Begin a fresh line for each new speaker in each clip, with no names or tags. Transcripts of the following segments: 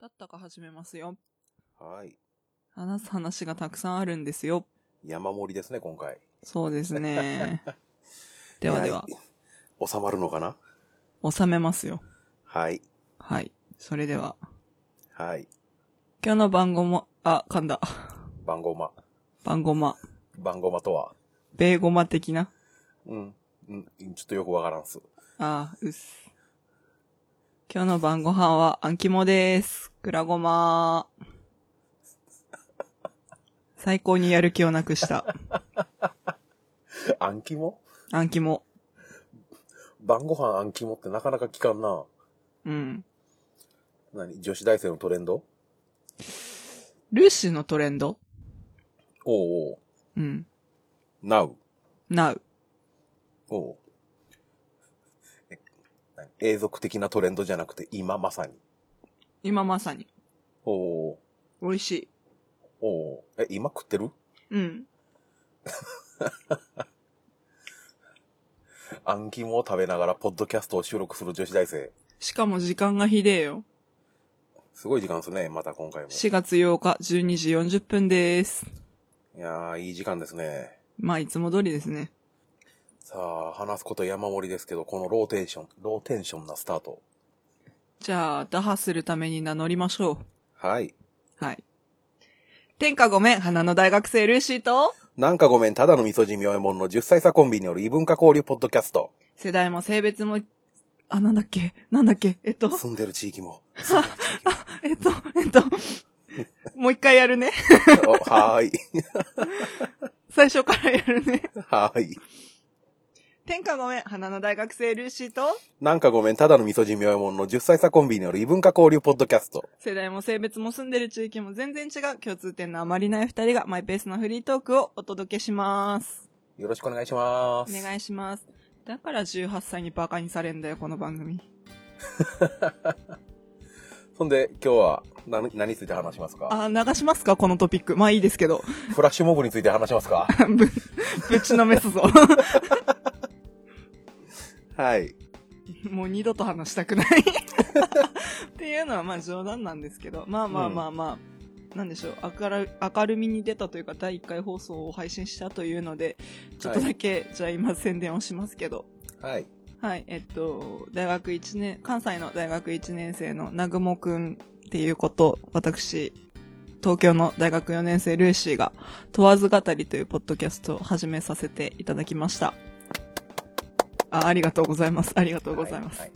だったか始めますよ。
はい。
話す話がたくさんあるんですよ。
山盛りですね、今回。
そうですね。ではでは、
いや。収まるのかな
収めますよ。
はい。
はい。それでは、
はい。
今日の番号も、あ、噛んだ。
番号マ。
番号ま、
番号マとは。
米語ま的な。
うん。うん。ちょっとよくわからんっす。
あーうっす。今日の晩ご飯は、あん肝です。くらごま最高にやる気をなくした。
暗記も
あん肝。
晩ご飯暗記もってなかなか聞かんな。
うん。
何女子大生のトレンド
ルーシーのトレンド
おうおう。
うん。
Now。
なう。
おう。え何永続的なトレンドじゃなくて、今まさに。
今まさに。
おう
美味しい。
おう。おうおう。え、今食ってる
うん。
暗記もを食べながら、ポッドキャストを収録する女子大生。
しかも時間がひでえよ。
すごい時間ですね、また今回も。
4月8日12時40分です。
いやー、いい時間ですね。
まあ、いつも通りですね。
さあ、話すこと山盛りですけど、このローテーション、ローテンションなスタート。
じゃあ、打破するために名乗りましょ
はい。
う。はい。天下ごめん、花の大学生ルーシーと、
なんかごめん、ただの味噌汁みおえもんの10歳差コンビによる異文化交流ポッドキャス ト。
世代も性別も、あ、なんだっけ、なんだっけ、えっと、
住んでる地域 も。
えっと、えっと、もう一回やるね。
おはーい。
最初からやるね。
はーい。
天下ごめん、花の大学生ルーシーと、
なんかごめん、ただの味噌汁みおえもんの10歳差コンビによる異文化交流ポッドキャスト。
世代も性別も住んでる地域も全然違う共通点のあまりない二人がマイペースなフリートークをお届けします。
よろしくお願いしま
お
す。
願いします。だから18歳にバカにされんだよ、この番組。
そんで、今日は何、何について話しますか
あ、流しますかこのトピック。まあいいですけど。
フラッシュモブについて話しますか
ぶ、ぶちのめすぞ。
はい。
もう二度と話したく ないっていうのはまあ冗談なんですけど、まあまあまあまあ、なんでしょう明る、明るみに出たというか、第1回放送を配信したというので、ちょっとだけ、じゃあ今宣伝をしますけど、
はい。
はい、えっと、大学一年、関西の大学1年生の南雲くんっていうこと、私、東京の大学4年生ルーシーが、問わず語りというポッドキャストを始めさせていただきました。あありがとうございます。ありがとうございます。
はい。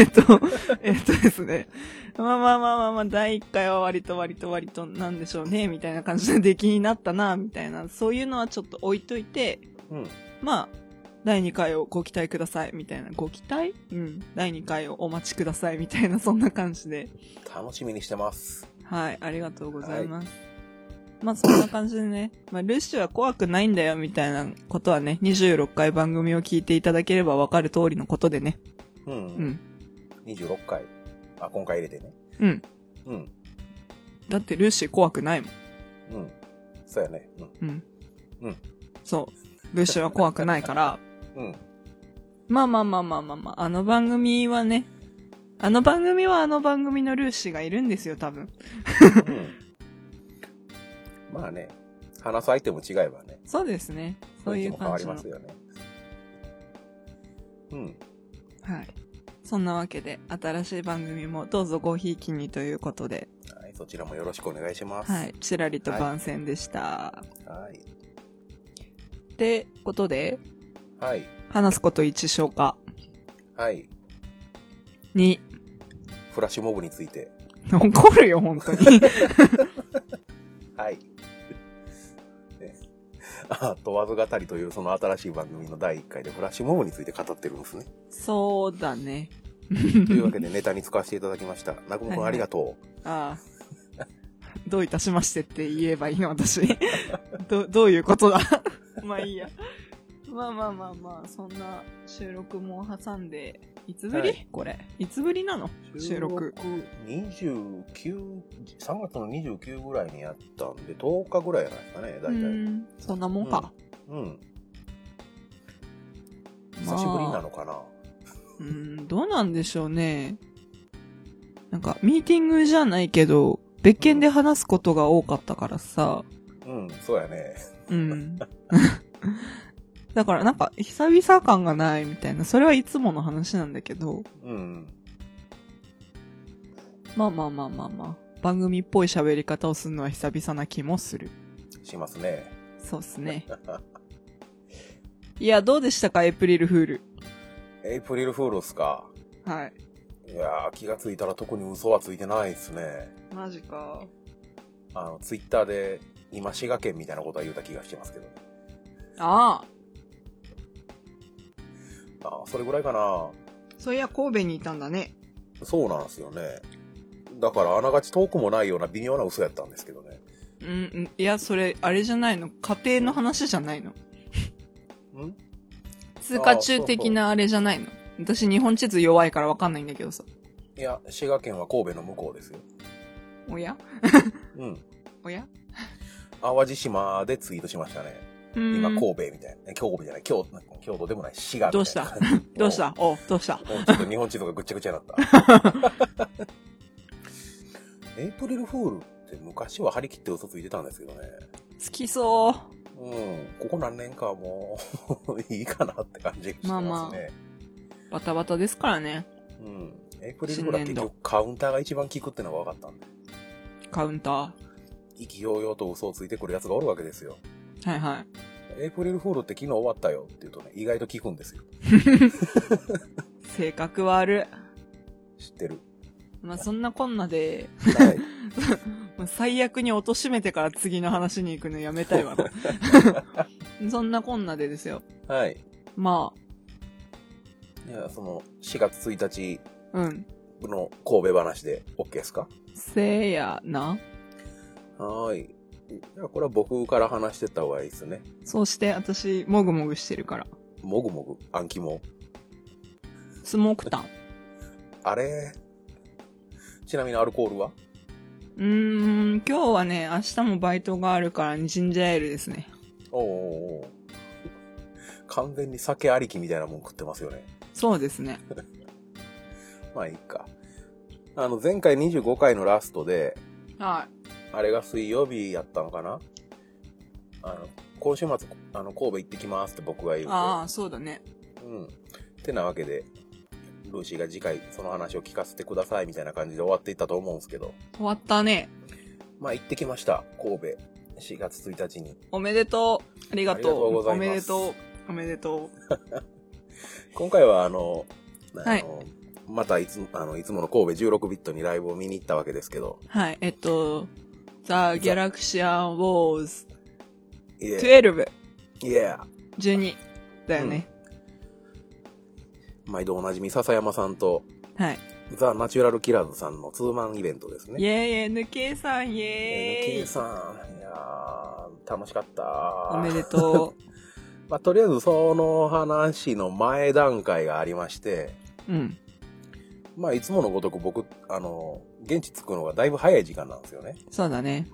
えっと、えっとですね。まあまあまあまあまあ、第1回は割と割と割となんでしょうね、みたいな感じで出来になったな、みたいな、そういうのはちょっと置いといて、
うん。
まあ、第2回をご期待ください、みたいな。ご期待うん。第2回をお待ちください、みたいな、そんな感じで。
楽しみにしてます。
はい、ありがとうございます。まあそんな感じでね、まあルッシュは怖くないんだよみたいなことはね、26回番組を聞いていただければわかる通りのことでね。
うん。
うん。
26回。あ、今回入れてね。
うん。
うん。
だってルッシュ怖くないもん。
うん。そうやね。
うん。
うん
そう。ルッシュは怖くないから。
うん。 うん。
まあまあまあまあまあまあ、あの番組はね、あの番組はあの番組のルーシーがいるんですよ、多分。
うんまあね、話す相手も違えばね、
そうですね。そう
雰
い
囲気
う
も変
感
わり
じ
ま
の。
すよね。うん。
はい。そんなわけで、新しい番組もどうぞごひいきにということで、
はい、そちらもよろしくお願いします。
はい。ちらりと番宣でした。
はい。
ってことで、
はい。
話すこと1消化。
はい。
2、
フラッシュモブについて。
怒るよ、本当に。
はい。 ね、 あ問わず語りというその新しい番組の第1回でフラッシュモブについて語ってるんです ね。
そうだね。
というわけでネタに使わせていただきました。なくもくんありがとう。
ああ。どういたしましてって言えばいいの私。ど、どういうことだまあいいや。まあまあまあまあ、そんな収録も挟んで、いつぶり、
はい
これ。いつぶりなの収録。
29 3月の29ぐらいにやったんで10日ぐらいじゃないですかね大
う
体
ーん。そんなもんか。
うん、
まあ
久しぶりなのかな、
うーん、どうなんでしょうね。なんか、ミーティングじゃないけど、別件で話すことが多かったからさ、
うん、そうやね。
うん。 だからなんか、久々感がないみたいな、それはいつもの話なんだけど、
うん。
まあまあまあまあまあ、番組っぽい喋り方をするのは久々な気もする。
しますね。
そうっす ね。いや、どうでしたか、エイプリルフール。
エイプリルフールっすか。
はい。
いやー、気がついたら特に嘘はついてないですね。
マジか。
あの、ツイッターで、今滋賀県みたいなことは言うた気がしてますけど。
ああ、
あーそれぐらいかな。
そういや、神戸にいたんだね。
そうなんですよね。だから、あながち遠くもないような微妙な嘘やったんですけどね。
うん、うんいや、それ、あれじゃないの。家庭の話じゃないの。
ん
通過中的なあれじゃないの。私、日本地図弱いからわかんないんだけどさ。
いや、滋賀県は神戸の向こうですよ。
おや
うん。
おや
淡路島でツイートしましたね。今、神戸みたいな。神戸じゃない、京都、京都でもない、滋賀みたいな 感じ。
どうしたおどうした
もうちょっと日本地図がぐっちゃぐちゃにな った。エイプリルフールって昔は張り切って嘘ついてたんですけどね。
好きそ
うん。ここ何年かはもう、 いいかなって感じがしますね。
まあまあう。バタバタですからね。
うん。エイプリルフールは結局カウンターが一番効くってのが分かったんで。
カウンター。は
意気揚々と嘘をついてくるやつがおるわけですよ。
いはい。
エイプリルフールって昨日終わったよって言うとね、意外と効くんですよ。
性格悪
知ってる。
い。まあ、そんなこんなで、
はい。
もう最悪に貶としめてから次の話に行くのやめたいわ。そんなこんなでですよ。
はい。
ま
いや、その、4月1日
あ、うん。
の神戸話で OK ですか
せやな。
はーい。じゃあ、これは僕から話してった方がいいですね。
そうして、私、もぐもぐしてるから。
もぐもぐ、暗記も。
スモークタン。
あれちなみにアルコールは
うーん、今日はね、明日もバイトがあるから、ジンジャーエールですね。
おうおうおう完全に酒ありきみたいなもん食ってますよね。
そうですね。
まあいいか。あの、前回25回のラストで、
は
あれが水曜日やったのかなあの、今週末、あの、神戸行ってきますって僕が言
い。
う
あ
と。
あ、そうだね。
うん。てなわけで、ルーシーが次回その話を聞かせてくださいみたいな感じで終わっていったと思うんですけど。
終わったね。
まあ行ってきました。神戸。4月1日に。
おめでとう。ありがとう。
ありがとうござい
お
ます
めでとう。おめでと
今回はあの、あの
はい
またいつも、あの、いつもの神戸16ビットにライブを見に行ったわけですけど
う。。はい、えっと、The Galaxian Wars
いえ、
12、
いえ、
12だよね。
毎度おなじみ笹山さんと、
はい。
ザ・ナチュラル・キラーズさんのツーマンイベントですね。
イェーイ、NK さん、イ
えー、
ェー
キ
イ。
さん、いやー楽しかった。
おめでと
まあ、とりあえずその話の前段階がありまして、
う。うん。
まあ、いつものごとく僕、あの、現地着くのがだいぶ早い時間なんですよね。
そうだね。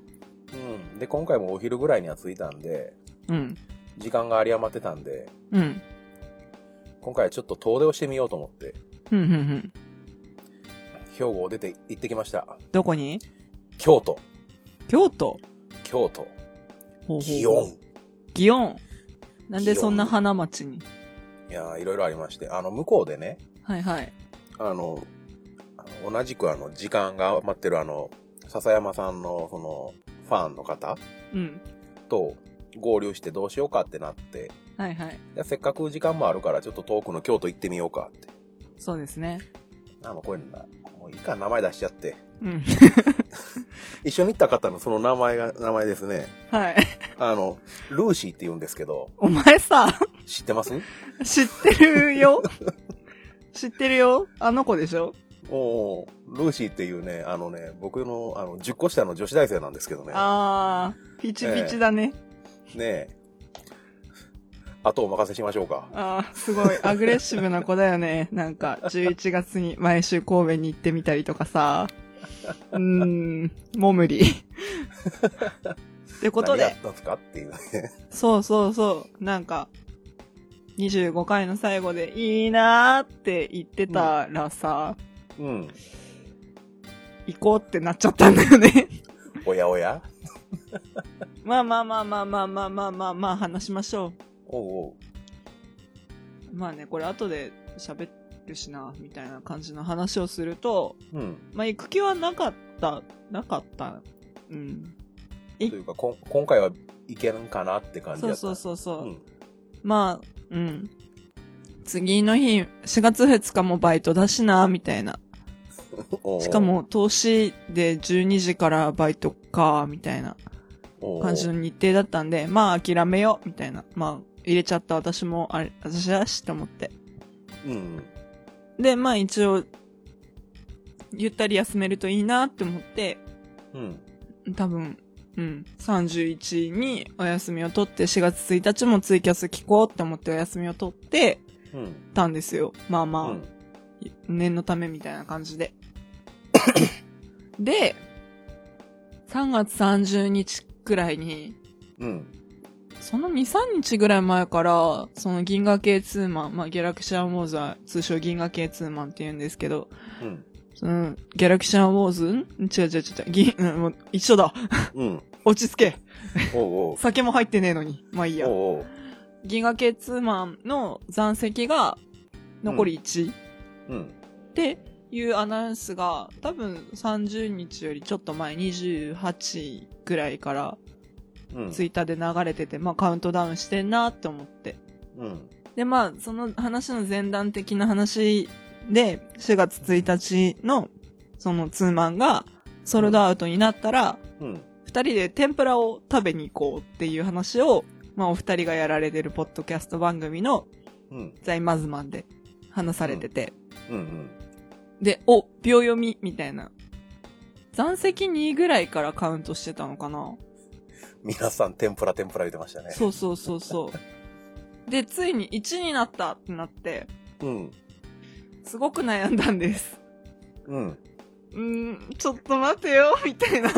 うん。で、今回もお昼ぐらいには着いたんで、
うん。
時間が有り余ってたんで、
うん。
今回はちょっと遠出をしてみようと思って、
ふんふんふん。
兵庫を出て行ってきました。
どこに
京都、
京都。
京都、
ほうほう
祇園。
祇園。なんでそんな花町に
いやーいろいろありまして、あの、向こうでね、
はいはい。
あの、あの同じくあの、時間が余ってるあの、笹山さんの、その、ファンの方
うん。
と合流してどうしようかってなって、
はいはい。
いやせっかく時間もあるからちょっと遠くの京都行ってみようかって。
そうですね。
あの、これな、もういいか、名前出しちゃって。
うん。
一緒に行った方のその名前が、名前ですね。
はい。
あの、ルーシーって言うんですけど、
お前さ、
知ってます
知ってるよ。知ってるよ。あの子でしょ
おうおうルーシーっていうね、あのね、僕の、あの、10個下の女子大生なんですけどね。
あー、ピチピチだね。
ねえ。あとお任せしましょうか。
あー、すごい。アグレッシブな子だよね。なんか、11月に毎週神戸に行ってみたりとかさ。うーん、もう無理。ってこと
何や
で
っ、たんですかっていうね。
そうそうそう、なんか、25回の最後でいいなーって言ってたらさ、
うん。
行こうってなっちゃったんだよね。
おやおや
まあまあまあまあまあまあまあまあまあ話しましょ
おうおう。
う。まあね、これ後で喋るしな、みたいな感じの話をすると、
うん。
まあ行く気はなかった、なかった。うん。
というか、こん今回はいけるんかなって感じ
そ
だ
う
った。
そうそうそう。
うん。
まあ、うん。次の日、4月2日もバイトだしな、みたいな。
おうおう
しか、も、投資で12時からバイトか、みたいな
おうおう
感じの日程だったんで、まあ諦めよう、みたいな。まあ、入れちゃった私も、あれ、私だし、と思って。
うん。
で、まあ一応、ゆったり休めるといいなって思って、
うん。
多分、うん、31にお休みを取って、4月1日もツイキャス聞こうって思ってお休みを取って
うん。
たんですよ。まあまあ、
うん。
念のためみたいな感じで。で、3月30日くらいに、
うん。
その2、3日ぐらい前から、その銀河系ツーマン、まあ、ギャラクシアンウォーズは通称銀河系ツーマンって言うんですけど、
うん。
その、ギャラクシアンウォーズん違う違う違う、銀、うん、もう一緒だ
うん。
落ち着け
おうおう。
酒も入ってねえのに。まあ いいや。
おうおう。
銀河系ツーマンの残席が残り1。
うん。
っていうアナウンスが多分30日よりちょっと前28ぐらいから
うん。
ツイッターで流れてて、まあカウントダウンしてんなって思って
うん。
でまあその話の前段的な話で4月1日のそのツーマンがソールドアウトになったら
うん。
2人で天ぷらを食べに行こうっていう話をまあお二人がやられてるポッドキャスト番組の
うん。
ザイマズマンで話されてて、
うん。
で、お、秒読み、みたいな。残席2ぐらいからカウントしてたのかな、
皆さん、天ぷら天ぷら言ってましたね。
そうそうそうそう。で、ついに1になったってなって、
うん。
すごく悩んだんです。
うん。
うーん、ちょっと待てよ、みたいな。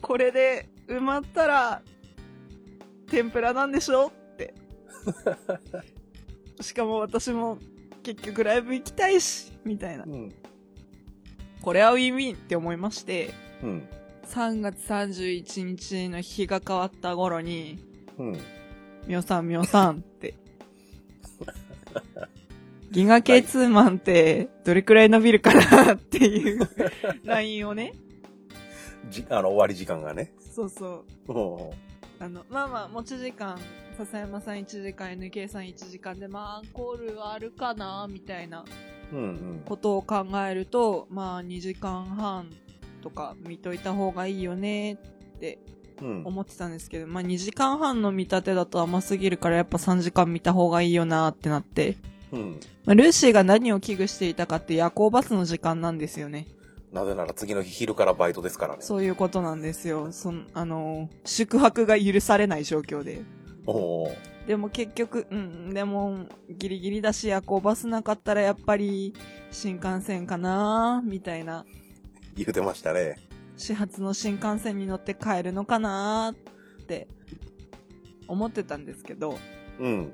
これで埋まったら、天ぷらなんでしょって。しかも私も結局ライブ行きたいし、みたいな
う。ん。
これはウィンウィンって思いまして、
うん。
3月31日の日が変わった頃に、
うん。
みょさんみょさんって。銀河系ツーマンって、どれくらい伸びるかなっていうラインをね。
じ、あの、終わり時間がね。
そうそう。
おうお
あの、まあまあ、持ち時間、笹山さん1時間、NK さん1時間で、まあ、アンコールはあるかなみたいな
う。うん。
ことを考えると、まあ、2時間半とか見といた方がいいよね
うん。うん。
思ってたんですけど、まあ、2時間半の見立てだと甘すぎるからやっぱ3時間見た方がいいよなってなって、
うん。
まあ、ルーシーが何を危惧していたかって夜行バスの時間なんですよね。
なぜなら次の日昼からバイトですからね。
そういうことなんですよ。その、あのー宿泊が許されない状況で。
おうおう。
でも結局、うん、でも、ギリギリだし夜行バスなかったらやっぱり新幹線かなみたいな。
言うてましたね。
始発の新幹線に乗って帰るのかなって思ってたんですけど、
うん。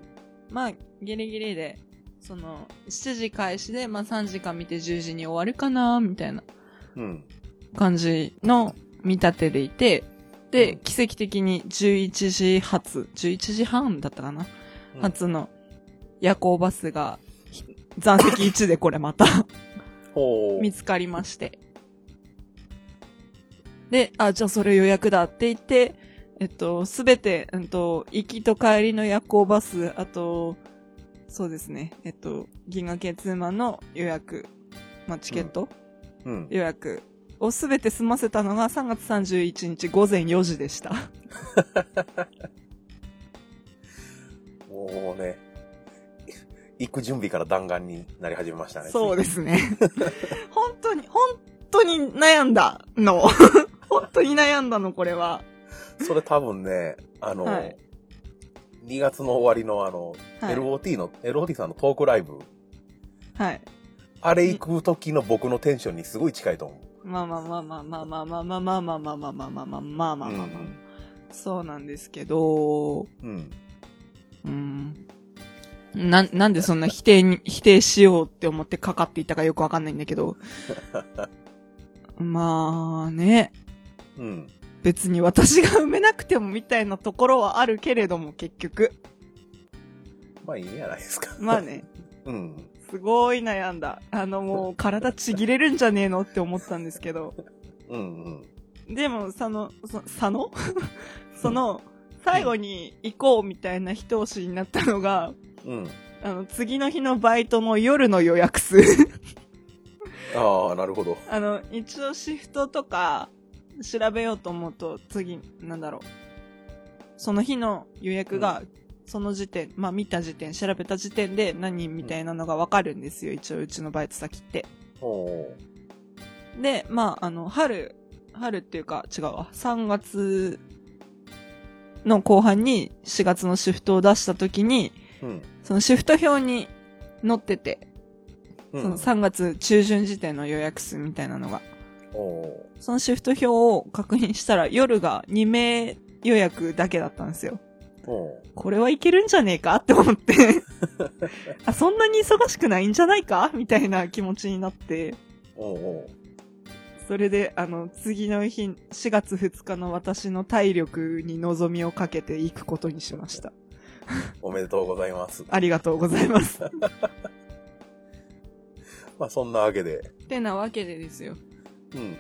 まあ、ギリギリで、その、7時開始で、まあ3時間見て10時に終わるかな、みたいな
うん。
感じの見立てでいて、で、
うん
奇跡的に11時発、11時半だったかな、
うん
発の夜行バスが、ひ残席1でこれまた
おうおう。
見つかりまして。で、あ、じゃあそれ予約だって言って、えっと、すべて、うんと、行きと帰りの夜行バス、あと、そうですね、えっと、銀河系ツーマンの予約、まあ、チケット、
うん。
予約をすべて済ませたのが3月31日午前4時でした。
もうね、行く準備から弾丸になり始めましたね。。
そうですすね。 本当に、本当に悩んだの。 本当に悩んだの、これは。
それ多分ね、あの、
はい
2月の終わりのあの、
はい
LOT の、LOT さんのトークライブ、
はい。
あれ行く時の僕のテンションにすごい近いと思
まあまあまあまあまあまあまあまあまあまあまあまあまあまあまあまあ
う。
まあまあまあ
うん
そうなんですけど、
うん。
うん。な、なんでそんな否定に、否定しようって思ってかかっていたかよくわかんないんだけど。まあね、
うん。
別に私が埋めなくてもみたいなところはあるけれども、結局。
まあいいんじゃないですか。
まあ。ね、
うん。
すごい悩んだ。あのもう体ちぎれるんじゃねえのって思ったんですけど。
うんうん。
でも、その、そ佐野 その、最後に行こうみたいな一押しになったのが、
うん。
あの、次の日のバイトの夜の予約 数。
ああ、なるほど。
あの、一応シフトとか調べようと思うと、次、なんだろう。その日の予約が、その時点、まあ見た時点、調べた時点で何人みたいなのがわかるんですよ、一応うちのバイト先って。
お
で、まあ、あの、春、春っていうか、違うわ、3月の後半に4月のシフトを出した時に、
ーうん。
そのシフト表に載ってて、
うん。
その3月中旬時点の予約数みたいなのが。
おー
そのシフト表を確認したら夜が2名予約だけだったんですよ。
お
これはいけるんじゃねえかって思 って。あ、そんなに忙しくないんじゃないかみたいな気持ちになって。
ーおー
それで、あの、次の日、4月2日の私の体力に望みをかけていくことにしました。
おめでとうございます。
ありがとうございます。
まあそんなわけで。
てなわけでですよ。
うん。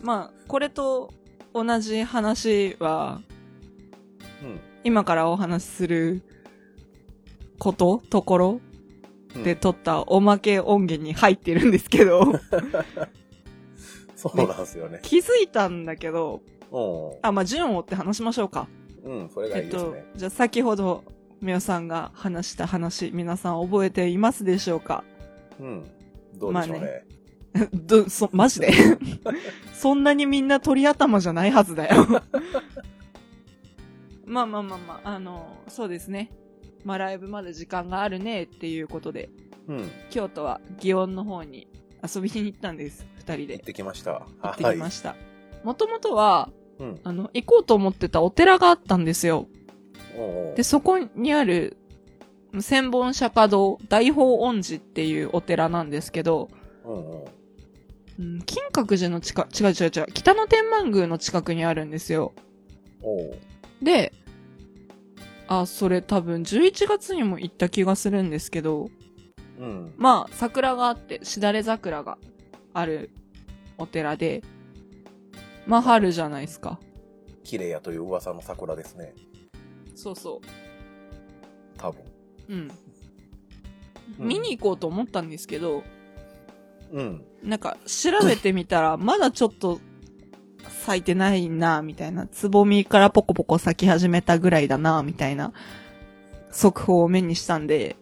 まあ、これと同じ話は、
うん。
今からお話しすること、ところ
うん
で撮ったおまけ音源に入ってるんですけど、
そうなんですよね。
気づいたんだけど、
おー
あ、まあ、順を追って話しましょうか。
うん、それがいい
えっ
です
と
ね。、
じゃあ先ほど、みおさんが話した話、皆さん覚えていますでしょうか
うん。どうでしょう
まあ
ね。
ど、そ、マジで そんなにみんな鳥頭じゃないはずだよ。 まあまあまあまあ、あの、そうですね。まあライブまで時間があるねっていうことで、
うん。
京都は祇園の方に遊びに行ったんです、二人
行っ
で。
てきました。
行ってきま
い。
した。もともとは、
うん。
あの、行こうと思ってたお寺があったんですよ。
おー
で、そこにある、千本釈迦堂、大宝恩寺っていうお寺なんですけど、
おー
うん、金閣寺の近、違う違う違う、北野天満宮の近くにあるんですよ。
おー
で、あ、それ多分11月にも行った気がするんですけど、
うん。
まあ、桜があって、しだれ桜があるお寺で、まあ、春じゃないですか。
綺麗やという噂の桜ですね。
そうそ
多分。
う。うん。
うん
見に行こうと思ったんですけど、
うん。
なんか、調べてみたら、まだちょっと、咲いてないな、みたいな。つぼみからポコポコ咲き始めたぐらいだな、みたいな、速報を目にしたんで、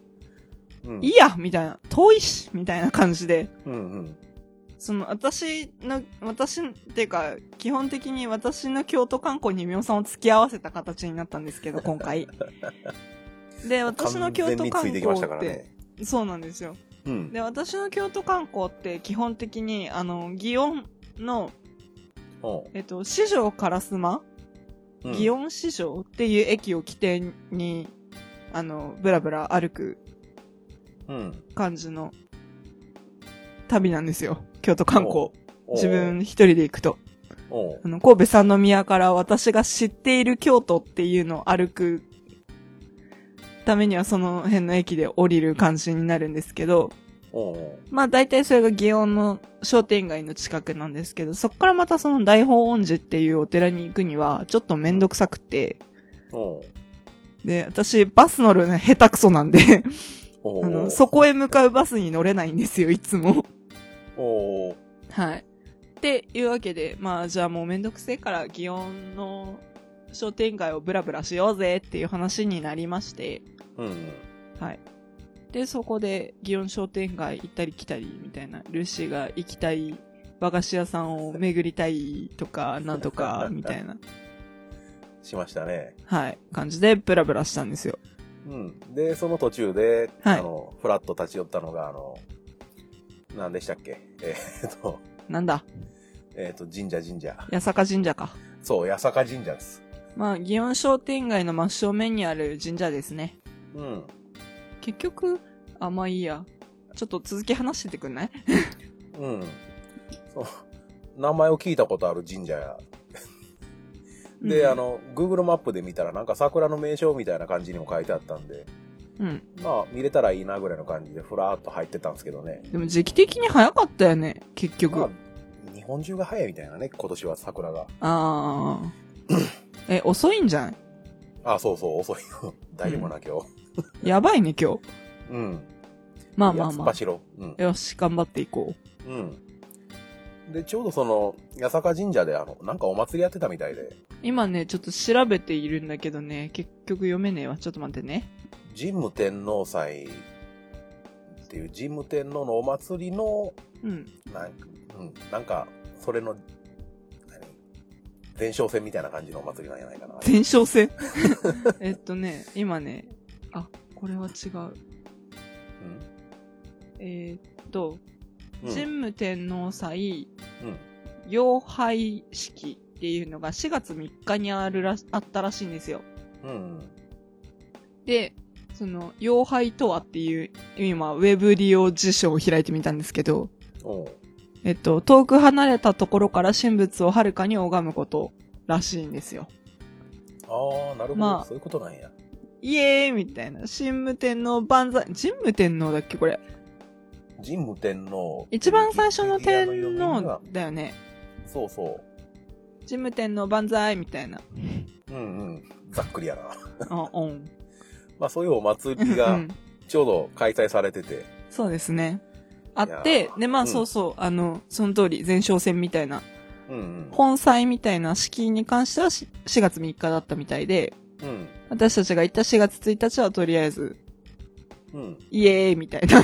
うん。
いいやみたいな、遠いしみたいな感じで、
うんうん。
その、私の、私、っていうか、基本的に私の京都観光にみおさんを付き合わせた形になったんですけど、今 回。で、私の京都
完
観
全についてき
光
ましたか
っ
ら
て、
ね。
そうなんですよ。
うん。
で、私の京都観光って、基本的に、あの、祇園の、
おう
えっと、四条烏丸、
うん
祇園四条っていう駅を起点に、あの、ぶらぶら歩く
うん。
感じの旅なんですよ。京都観光。
おう
自。分一人で行くと。
おう
あの、神戸三宮から私が知っている京都っていうのを歩くためにはその辺の駅で降りる感じになるんですけど、
おう
まあ大体それが祇園の商店街の近くなんですけど、そこからまたその大宝恩寺っていうお寺に行くにはちょっとめんどくさくて、
おう
で、私バス乗るの下手くそなんで、
おう
あの、そこへ向かうバスに乗れないんですよ、いつも。
おう
はい。っていうわけで、まあじゃあもうめんどくせえから、祇園の商店街をブラブラしようぜっていう話になりまして、
うん。
はい。で、そこで祇園商店街行ったり来たりみたいな、ルーシーが行きたい和菓子屋さんを巡りたいとか、なんとか、みたいな、
しましたね。
はい、感じでブラブラしたんですよ。
うん。で、その途中で、
はい
あの、フラッと立ち寄ったのが、あの、何でしたっけ えーっと、
なんだ、
えーっと、神社神社。
八坂神社か。
そう、八坂神社です。
まあ、祇園商店街の真正面にある神社ですね。
うん。
結局、あ、まあいいや。ちょっと続き話しててくんない
うん。そう。名前を聞いたことある神社や。で、
うん
あの、Google マップで見たら、なんか桜の名称みたいな感じにも書いてあったんで、
うん。
まあ、見れたらいいなぐらいの感じで、ふらーっと入ってたんですけどね。
でも時期的に早かったよね、結局。
ま
あ
あ、日本中が早いみたいなね、今年は桜が。
あー。え、遅いんじゃん
あ、そうそう、遅い よ。大丈夫な、今日。
やばいね、今日。
うん。
まあまあ
突っ
ま
走ろう。うん。
あ。よし、頑張っていこう。
うん。で、ちょうどその、八坂神社で、あの、なんかお祭りやってたみたいで、
今ね、ちょっと調べているんだけどね、結局読めねえわ。ちょっと待ってね。
神武天皇祭っていう神武天皇のお祭りの、
うん。
なんか、うん、なんか、それの、何前哨戦みたいな感じのお祭りなんじゃないかな。
前哨 戦えっとね、今ね、あ、これは違う。えーっと、
うん。
神武天皇祭、
うん。
妖拝式っていうのが4月3日にあるらし、あったらしいんですよ。
うん。
で、その、妖拝とはっていう、今、ウェブ利用辞書を開いてみたんですけど、
おう
えっと、遠く離れたところから神仏をはるかに拝むことらしいんですよ。
ああ、なるほど、
まあ
そういうことなんや。
イエーイみたいな。神武天皇万歳。神武天皇だっけこれ。
神武天皇。
一番最初の天
ウィキペディアの読み
皇
が
だよね。
そうそ
神武天皇万歳みたいな。
う。うんうん。ざっくりやな。
あ、オン。
まあそういうお祭
う
りが
ん。
ちょうど開催されてて。
そうですね。あっ
い
て
や、ー
で、ま
う
あ
ん
そうそう、あの、その通り、前哨戦みたいな、
うん
本祭みたいな式に関してはし4月3日だったみたいで、
うん。うん。
私たちが行った4月1日はとりあえず、
うん。
イエーイみたいな。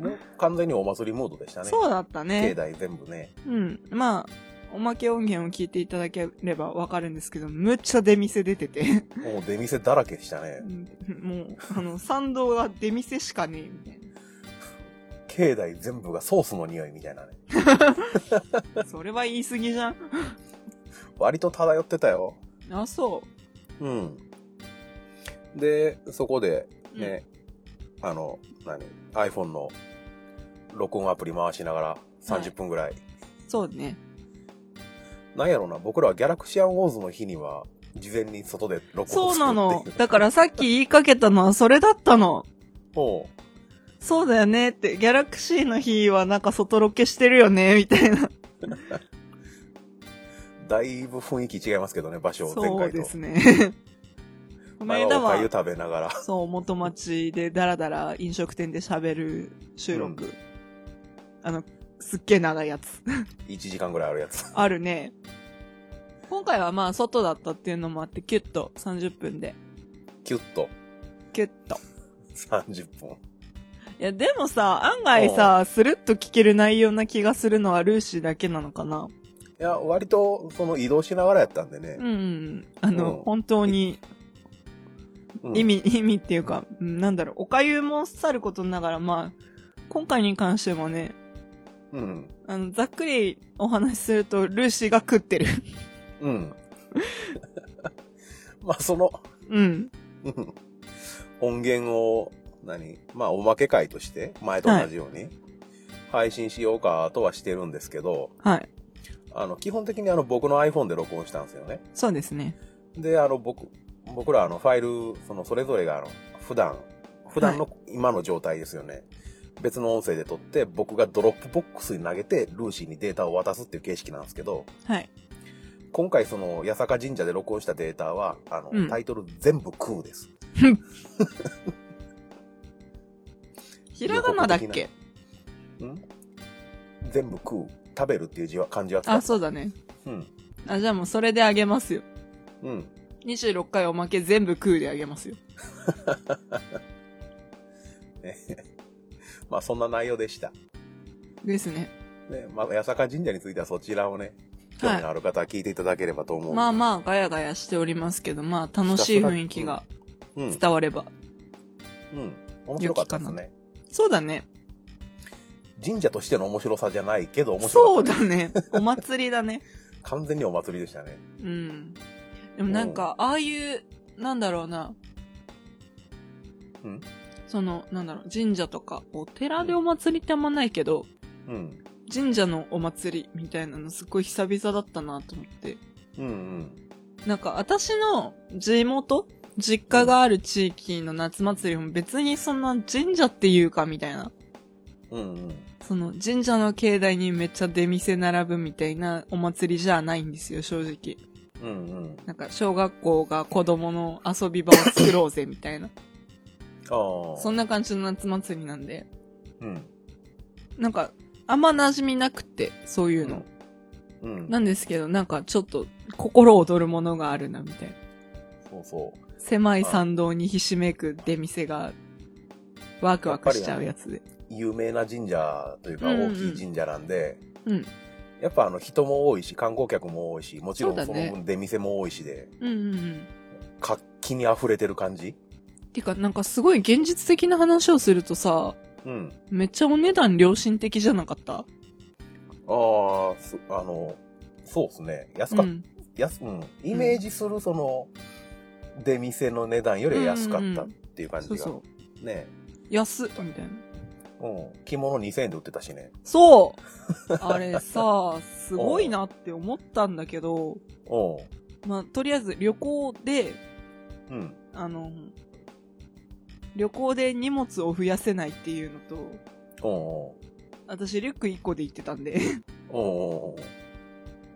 もう完全にお祭りムードでしたね。
そうだったね
境。内全部ね。
うん。まあ、おまけ音源を聞いていただければわかるんですけど、むっちゃ出店出てて。
もう出店だらけでしたね
う。んもう、あの、参道が出店しかねえみたい
境内全部がソースの匂いみたいなね。
な。それは言い過ぎじゃん。
割と漂ってたよ。
あ、そ
うん。で、そこで
う。
ね、あの、何 ?iPhone の録音アプリ回しながら30分ぐらい。
うん。そうね。
なんやろうな、僕らはギャラクシアンウォーズの日には事前に外で録音する
そうなの
ってい。う
だからさっき言いかけたのはそれだったの。
おう
そうだよねって、ギャラクシーの日はなんか外ロケしてるよね、みたいな。
だいぶ雰囲気違いますけどね、場所を前
そう
回と。
です ね。この
前
間
はおかゆ
は、
食べながら。
そう、元町でダラダラ飲食店で喋る収録。あの、すっげえ長いやつ。
1時間ぐらいあるやつ。
あるね。今回はまあ外だったっていうのもあって、キュッと30分で。
キュッと
キュッと。
30分。
いや、でもさ、案外さ、スルッと聞ける内容な気がするのはルーシーだけなのかな。
いや、割とその移動しながらやったんでね
う。んうん。あの、
うん
本当に
うん
意。味、意味っていうか、うんなんだろう、おかゆもさることながら、まあ、今回に関してもね、
うん。
あの、ざっくりお話しすると、ルーシーが食ってる。
うん。 まあ、その、
うん。
うん音源を、何まあ、おまけ会として、前と同じように、配信しようかとはしてるんですけど、
はい。
あの、基本的にあの、僕の iPhone で録音したんですよね。
そうですね。
で、あの、僕、僕らあの、ファイル、その、それぞれがあの、普段、普段の今の状態ですよね。別の音声で撮って、僕がドロップボックスに投げて、ルーシーにデータを渡すっていう形式なんですけど、
はい。
今回その、八坂神社で録音したデータは、あの、
うん
タイトル全部空です。
ひらがなだっけ
ん全部食う。食べるっていう字は、漢字は使
あ、
う。
そうだね。
うん。
あ、じゃあもうそれであげますよ。
うん。
26回おまけ全部食うであげますよ。
まあ、そんな内容でした。
ですね。
ね、まあ、八坂神社についてはそちらをね、興
はい
味のある方は聞いていただければと思う。
まあまあ、ガヤガヤしておりますけど、まあ、楽しい雰囲気が
うん。うん。
伝われば。
面白かったですね。
そうだね。
神社としての面白さじゃないけど、面白
そ
か
う
った。
だね。お祭りだね。
完全にお祭りでしたね。
うん。でもなんか、ああいう、なんだろうな。
うん
その、なんだろう、神社とか、お寺でお祭りってあんまないけど、
うん。
神社のお祭りみたいなのすごい久々だったなと思って。
うんうん。
なんか私の地元実家がある地域の夏祭りも別にそんな神社っていうかみたいな。
うんうん。
その神社の境内にめっちゃ出店並ぶみたいなお祭りじゃないんですよ、正直。
うんうん。
なんか小学校が子供の遊び場を作ろうぜみた いな。
ああ。
そんな感じの夏祭りなんで。
うん。
なんかあんま馴染みなくて、そういうの。
うん。
なんですけど、なんかちょっと心躍るものがあるなみたいな。
そうそう。
狭い参道にひしめく出店がワクワクしちゃうやつで。
有名な神社というか
うんう
大
ん
きい神社なんで、
うん。
やっぱあの人も多いし、観光客も多いし、もちろん
そう
そ
だ
の
ね
分出店も多いしで、
うんうんうん。
活気に溢れてる感じ
てか、なんかすごい現実的な話をするとさ、
うん。
めっちゃお値段良心的じゃなかった
ああ、すあの、そうですね。安か
う
っ
ん。
安、うん。イメージするその、出店の値段より安かったっていう感じ
そ
が。
うそう。
ね
安っみたいな。
うん。着物2000円で売ってたしね。
そうあれさ、すごいなって思ったんだけど、
うん。
まあ、とりあえず旅行で、
うん。
あの、旅行で荷物を増やせないっていうのと、
うん。
私リュック1個で行ってたんで、
うん。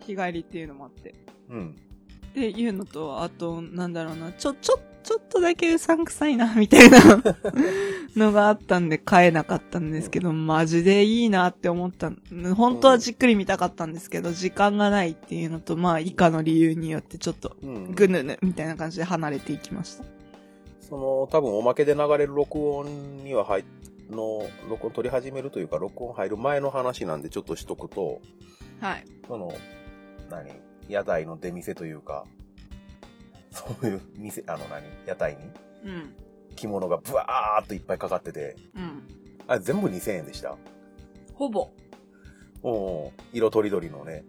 日帰りっていうのもあって。
うん。
っていうのと、あと、なんだろうな、ちょ、ちょ、ちょっとだけうさんくさいな、みたいな のがあったんで買えなかったんですけど、マジでいいなって思ったん。本当はじっくり見たかったんですけど、時間がないっていうのと、まあ、以下の理由によってちょっと、
うん。
ぐぬぬ、みたいな感じで離れていきました。
その、多分おまけで流れる録音には入っの、録音取り始めるというか、録音入る前の話なんでちょっとしとくと、
はい。
その、何屋台の出店というか、そういう店、あの何屋台に
うん。
着物がブワーっといっぱいかかってて、
うん。
あれ全部2000円でした。
ほぼ。
おうん。色とりどりのね、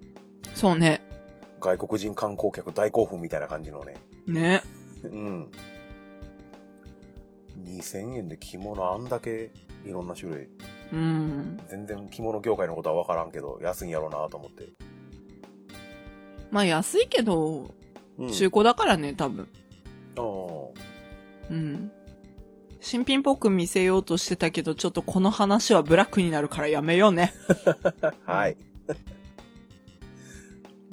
そうね。
外国人観光客大興奮みたいな感じのね。
ね。
うん。2000円で着物あんだけいろんな種類。
うん。
全然着物業界のことは分からんけど、安いんやろうなと思って。
まあ、安いけど、
うん。
中古だからね、多分。
おー
うん。新品っぽく見せようとしてたけど、ちょっとこの話はブラックになるからやめようね。
はい。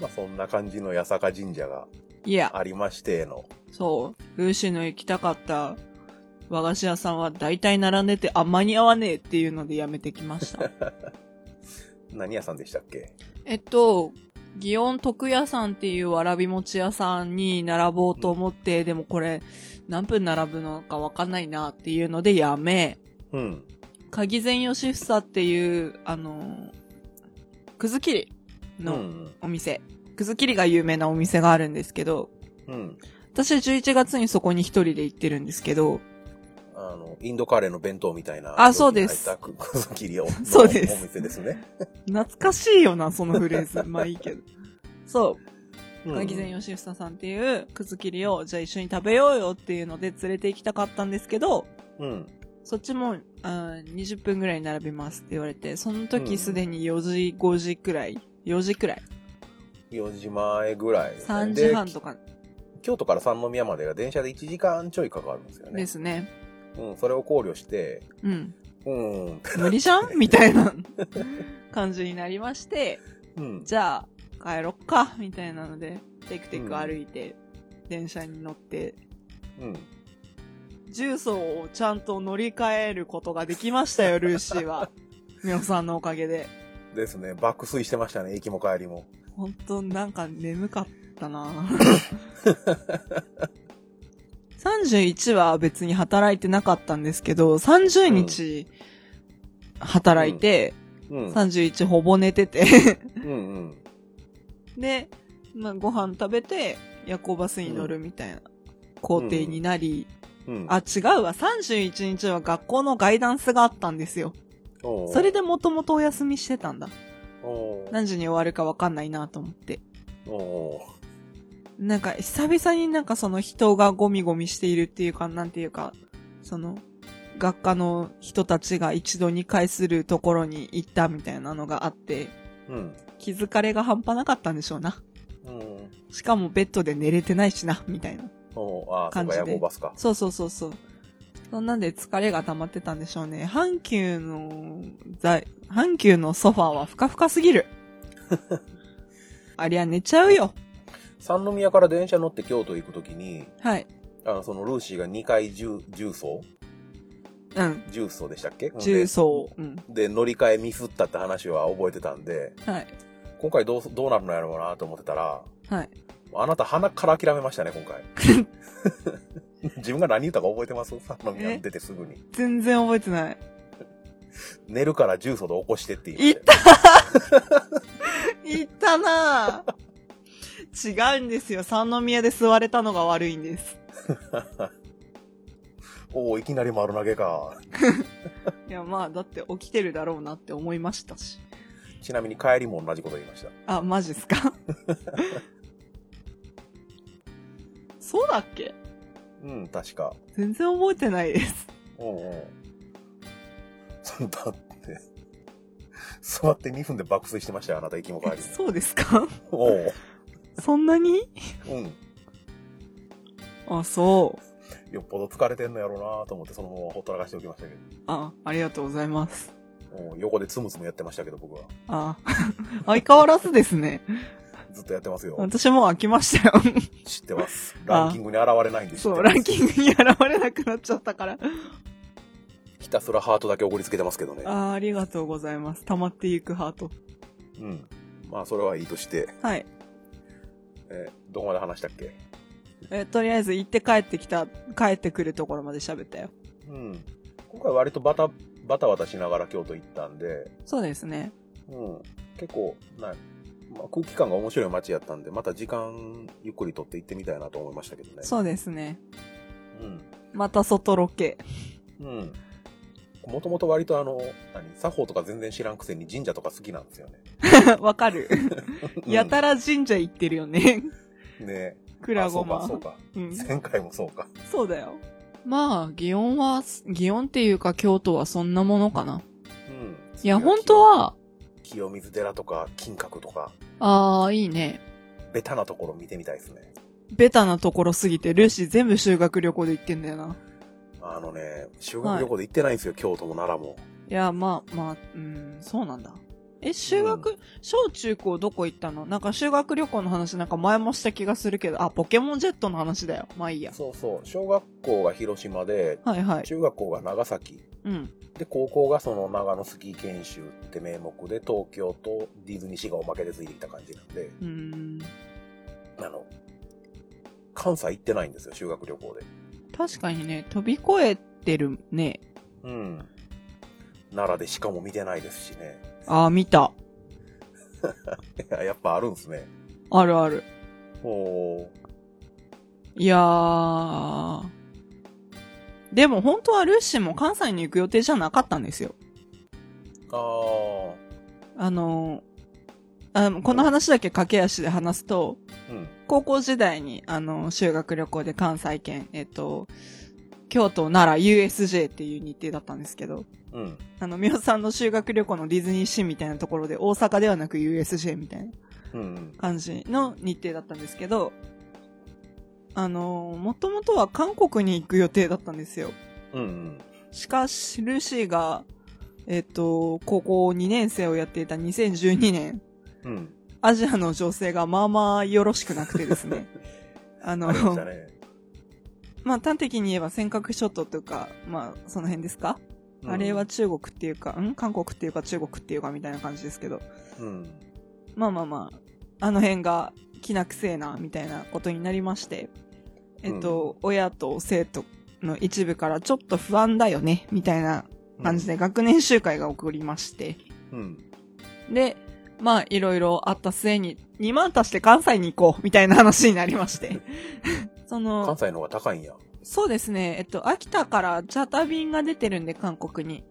まあそんな感じの八坂神社が
いや、
ありましての。
そう。ルーシーの行きたかった和菓子屋さんは大体並んでて、あ、間に合わねえっていうのでやめてきました。
何屋さんでしたっけ
えっと、祇園徳屋さんっていうわらび餅屋さんに並ぼうと思って、でもこれ何分並ぶのかわかんないなっていうのでやめ、
うん。
鍵善義房っていう、あの、くずきりの、
うん。
お店。くずきりが有名なお店があるんですけど、
うん。
私は11月にそこに一人で行ってるんですけど、
あの、インドカレーの弁当みたいな。
あそう です
容器に入ったくず切りを。
そうです
お店ですね。
懐かしいよな、そのフレー ズ。まあいいけど。そう。
うん
かぎぜんよしふささんっていうくずきりを、じゃあ一緒に食べようよっていうので連れて行きたかったんですけど、
うん。
そっちも、あー20分ぐらい並びますって言われて、その
う
時
ん
すでに4時、5時くらい、4時くらい、
4時前ぐらいですね、
3時半とか
で京都から三宮までが電車で1時間ちょいかかるんですよね。
ですね。
うん、それを考慮して、
うん。
うん、
無理じゃんみたいな感じになりまして、
うん、
じゃあ帰ろっか みたいなのでテクテク歩いて、電車に乗って
うん。
重曹をちゃんと乗り換えることができま したよルーシーはみおさんのおかげで
ですね、爆睡してましたね、行きも帰りも。
本当なんか眠かったな 31は別に働いてなかったんですけど30日働いて、
うん、
31ほぼ寝てて
うん、うん。
で、まあ、ご飯食べて夜行バスに乗るみたいな工程になり、
うん、
あ、違うわ。31日は学校のガイダンスがあったんですよ。
おう
それでもともとお休みしてたんだ。
おう
何時に終わるかわかんないなと思って。
おう
なんか、久々になんかその人がゴミゴミしているっていうか、なんていうか、その、学科の人たちが一度に会するところに行ったみたいなのがあって、
うん。
気づかれが半端なかったんでしょうな。
うん。
しかもベッドで寝れてないしな、みたいな。
おーああ、そ
感
う
じ
か、
で
夜行バスか。
そうそうそうそう。そんなんで疲れが溜まってたんでしょうね。阪急の、在阪急のソファーはふかふかすぎる。ありゃ寝ちゃうよ。
三宮から電車乗って京都行くときに、
はい。
あの、そのルーシーが2階重重曹
うん。
重曹でしたっけ
重曹。うん。
で、で乗り換えミスったって話は覚えてたんで、
はい。
今回どう、どうなるのやろうなと思ってたら、
はい。
あなた鼻から諦めましたね、今 回。自分が何言ったか覚えてます三宮出てすぐに。
全然覚えてない。
寝るから重曹で起こしてって言
言
っ。
って言ったなぁ。違うんですよ。三宮で座れたのが悪いんです。
おお、いきなり丸投げか。
いや、まあ、だって起きてるだろうなって思いましたし。
ちなみに帰りも同じこと言いました。
あ、マジっすかそうだっけ
うん、確か。
全然覚えてないです。
うんうん。そうだって、座って2分で爆睡してましたよ、あなた、息も帰り に。
そうですか
おう。
そんなに
うん。
あ、そ
よっぽど疲れてんのやろうなと思って、そのままほったらかしておきましたけ
う。あ、ありがとうございます。
ど。うん、横でつむつむやってましたけど、僕は。
あ、 相変わらずですね。
ずっとやってますよ。
私もう飽きました よ。
知ってます。
あ
ランキングに現れないんで知っ
そ
て
う、
ま
ラ
す
ンキングに現れなくなっちゃったから。
ひたすらハートだけ送りつけてますけどね。
あ、ありがとうございます。溜まっていくハート。
うん。まあ、それはいいとして、
はい。
えーどこまで話したっけ
え、とりあえず行って帰ってきた、帰ってくるところまで喋ったよ。
うん。今回割とバタ、バタバタしながら京都行ったんで、
そうですね。
うん、結構な、まあ、空気感が面白い街やったんでまた時間ゆっくりとって行ってみたいなと思いましたけどね
そうですね。
うん
また外ロケ。
うんもともと割とあの何作法とか全然知らんくせに神社とか好きなんですよね
わかる。 やたら神社行ってるよね。
うんね
クラゴ
あ
マ
そ。うか
うん
そうか前回もそうか
そうだよ。まあ、祇園は、祇園っていうか京都はそんなものかな。
うん
いや、本当は、
清水寺とか金閣とか
ああ、いいね。
ベタなところ見てみたいですね
ベタなところすぎて、ルーシー全部修学旅行で行ってんだよな。
あのね修学旅行で行ってないんですよ、京都も奈良も
いや、まあ、まあ、うん、そうなんだ。え、修学、小中高どこ行ったのなんか修学旅行の話なんか前もした気がするけど、あ、ポケモンジェットの話だよ。まあいいや。
そうそう小学校が広島で
はいはい。
中学校が長崎
うん。
で、高校がその長野スキー研修って名目で、東京とディズニーシーがおまけでついてきた感じなんで、
うーん。
あの、関西行ってないんですよ、修学旅行で。
確かにね、飛び越えてるね。
うん。奈良で鹿も見てないですしね。
ああ、見た。
いややっぱあるんですね。
あるある。
ほ
いやー。でも本当はルーシーも関西に行く予定じゃなかったんですよ。
う。あ
あのーあのこの話だけ駆け足で話すと、
ー。うん。
高校時代に、あの、修学旅行で関西圏、えっと、京都、奈良、USJ っていう日程だったんですけど、
うん。
あの、みおさんの修学旅行のディズニーシーみたいなところで、大阪ではなく USJ みたいな
うん。
感じの日程だったんですけど、あの、もともとは韓国に行く予定だったんですよ。
うん。うん。
しかし、ルーシーが、えっと、高校2年生をやっていた2012年、
うん。
アジアの情勢がまあまあよろしくなくてです ね。あの、
ありましたね。
まあ端的に言えば尖閣諸島というか、まあその辺ですか、
うん
あれは、中国っていうか、ん韓国っていうか中国っていうかみたいな感じですけど、
うん。
まあまあまあ、あの辺がきな臭えな、みたいなことになりまして、えっと、親と生徒の一部からちょっと不安だよね、みたいな感じで学年集会が起こりまして、
うん。
で、まあいろいろあった末に、2万足して関西に行こう、みたいな話になりまして、 その、
関西の方が高いんや。
そうですね。えっと、秋田からチャーター便が出てるんで、韓国に。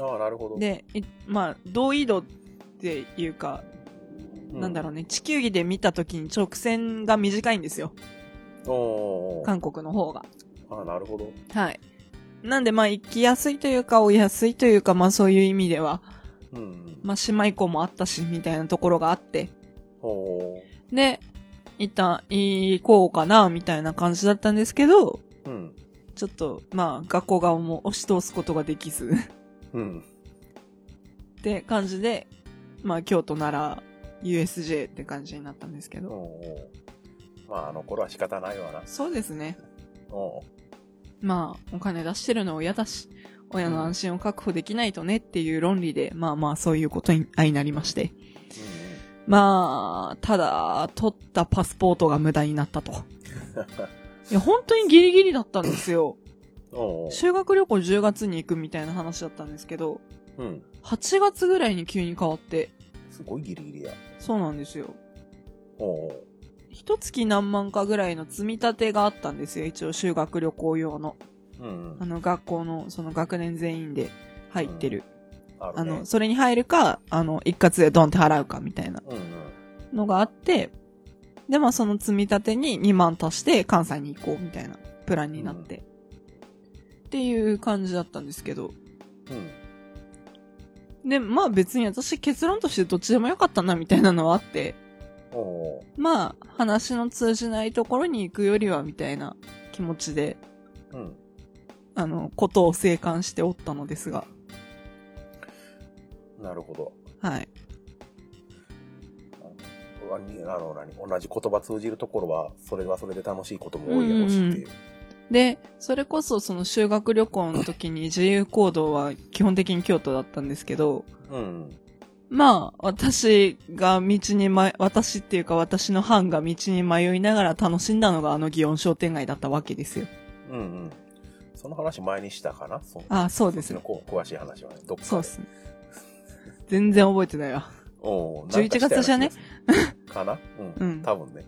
ああ、なるほど。
で、いまあ、同緯度っていうか、
うん、
なんだろうね、地球儀で見た時に直線が短いんですよ。
う。おー
韓国の方が。
ああ、なるほど。
はい。なんでまあ行きやすいというか、追いやすいというか、まあそういう意味では、
うんうん。
まあ姉妹校もあったし、みたいなところがあって、
ほ
で、一旦行こうかな、みたいな感じだったんですけど、
う。うん。
ちょっと、まあ、学校側も押し通すことができず、
うん。
って感じで、まあ、京都なら、USJ って感じになったんですけど。
ほう。まあ、あの頃は仕方ないわな。
そうですね。
お
まあ、お金出してるの親だし、親の安心を確保できないとねっていう論理で、まあまあ、そういうことに相なりまして。
う
まあ、ただ、取ったパスポートが無駄になったと。いや、本当にギリギリだったんですよ。
んうん。おう。
修学旅行10月に行くみたいな話だったんですけど、
うん。
8月ぐらいに急に変わって、
すごいギリギリや。
そうなんですよ。
おう。
一月何万かぐらいの積み立てがあったんですよ。一応修学旅行用の。
うんう
あ
ん。
の学校のその学年全員で入ってる。
あ
あ
るね
の、。それに入るか、あの、一括でドンって払うかみたいな
うん
のがあって、で、まあその積み立てに2万足して関西に行こうみたいなプランになって。っていう感じだったんですけど。
うん。うん。
で、まあ別に私結論としてどっちでもよかったなみたいなのはあって、
おう。
まあ話の通じないところに行くよりはみたいな気持ちで
うん。
あの、ことを生還しておったのですが、
なるほど。
はい。
あにあの、何同じ言葉通じるところは、それはそれで楽しいことも多いやろうしっていう。
で、それこそその修学旅行の時に自由行動は基本的に京都だったんですけど、
うん。
まあ、私が道にま、私っていうか私の班が道に迷いながら楽しんだのがあの祇園商店街だったわけですよ。
うんうん。その話前にしたかなそ
ああ、そうです
の
よ。
こう詳しい話はね。どっか
そうっすね。全然覚えてないわ。
おう
11月じゃね。
なんかしたような気がするかなうん。
うん
多分ね。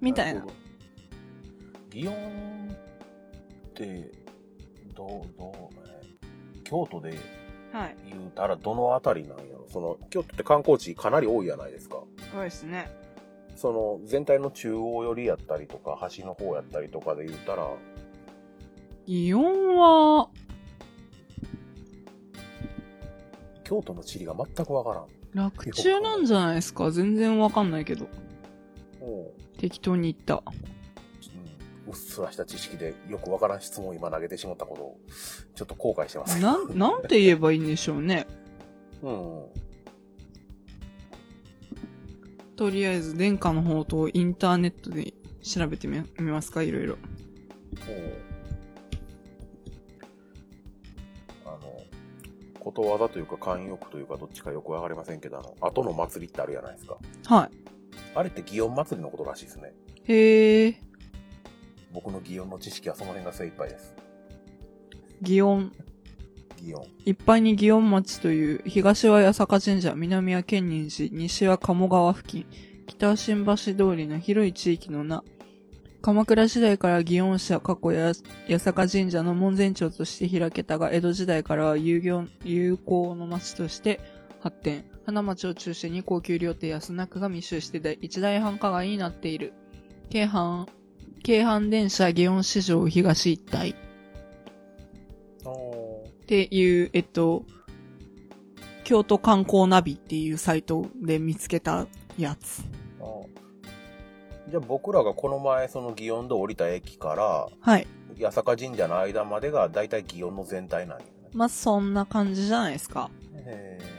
みたいな
る。ほど。祇園って、どう、どう、ね、京都で
はい。
言うたらどのあたりなんやろその、京都って観光地かなり多いじゃないですか。
そうですね。
その、全体の中央寄りやったりとか、端の方やったりとかで言うたら、
祇園は、
京都の地理が全くわからん。
楽中なんじゃないですか全然わかんないけど。
おう
適当に言った。
うんうっすらした知識でよくわからん質問を今投げてしまったことを、ちょっと後悔してます。
な、なんて言えばいいんでしょうね。
うんうん。
とりあえず、殿下の方とインターネットで調べてみみますか、いろいろ。
あの、ことわざというか慣用句というかどっちかよくわかりませんけど、あの、後の祭りってあるじゃないですか。
は
あれって祇園祭りのことらしいですね。
い。へえ、
僕の祇園の知識はその辺が精一杯です。
祇園。
祇園。
いっぱいに祇園町という、東は八坂神社、南は建仁寺、西は鴨川付近、北は新橋通りの広い地域の名。鎌倉時代から祇園社、過去や八坂神社の門前町として開けたが、江戸時代からは遊業友好の町として発展。花町を中心に高級料亭やスナックが密集して大一大繁華街になっている。京阪、京阪電車祇園市場東一帯。っていう、えっと、京都観光ナビっていうサイトで見つけたやつ。
じゃあ僕らがこの前その祇園で降りた駅から
はい。
八坂神社の間までが大体祇園の全体なんやね。
まあ、そんな感じじゃないですか。
へー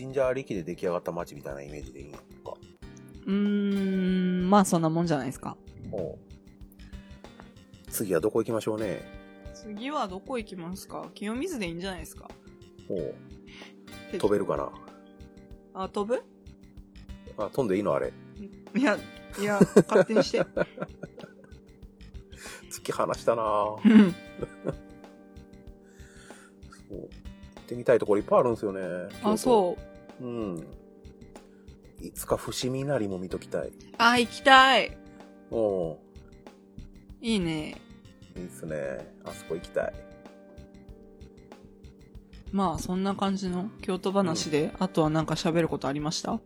神社ありきで出来上がった街みたいなイメージでいいのか。
うーん、まあそんなもんじゃないですか。
おう次はどこ行きましょうね。
次はどこ行きますか清水でいいんじゃないですか
おう飛べるかな
あ、飛ぶ
あ、飛んでいいのあれ。
いや、いや、勝手にして。
突き放したなぁ。
うん
そう行ってみたいところいっぱいあるんですよね。
あ、そう。
う。うん。いつか伏見なりも見ときたい。
あ、行きたい。
おう
いいね。
いいっすね。あそこ行きたい。
まあ、そんな感じの京都話で、あとはなんか喋ることありました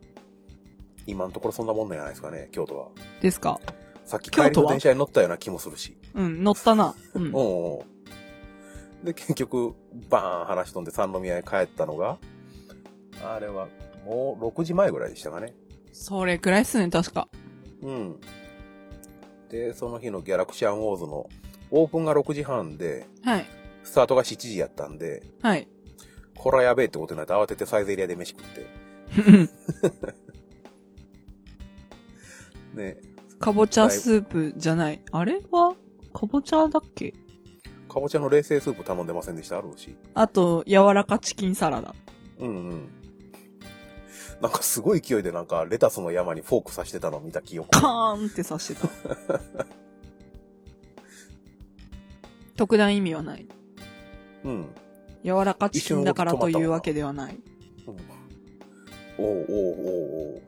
今のところそんなもんなんじゃないですかね、京都は。
ですか
さっき帰
京
り
都
の
は
電車に乗ったような気もするし。
うん、乗ったな。うん。
おうおうで、結局、バーン話飛んで三宮に帰ったのが、あれは、もう6時前ぐらいでしたかね。
それくらいっすね、確か。
うん。で、その日のギャラクシアンウォーズの、オープンが6時半で、
はい。
スタートが7時やったんで、
はい。
こらやべえってことになって慌ててサイゼリアで飯食って。ね、
かぼちゃスープじゃない。あれはかぼちゃだっけ
かぼちゃの冷製スープ頼んでませんでしたあるし。
あと、柔らかチキンサラダ。
うんうん。なんかすごい勢いでなんかレタスの山にフォーク刺してたのを見た記憶。
カーンって刺 してた。特段意味はない。
うん。
柔らかチキンだからというわけではない。
うんおうおうおうおう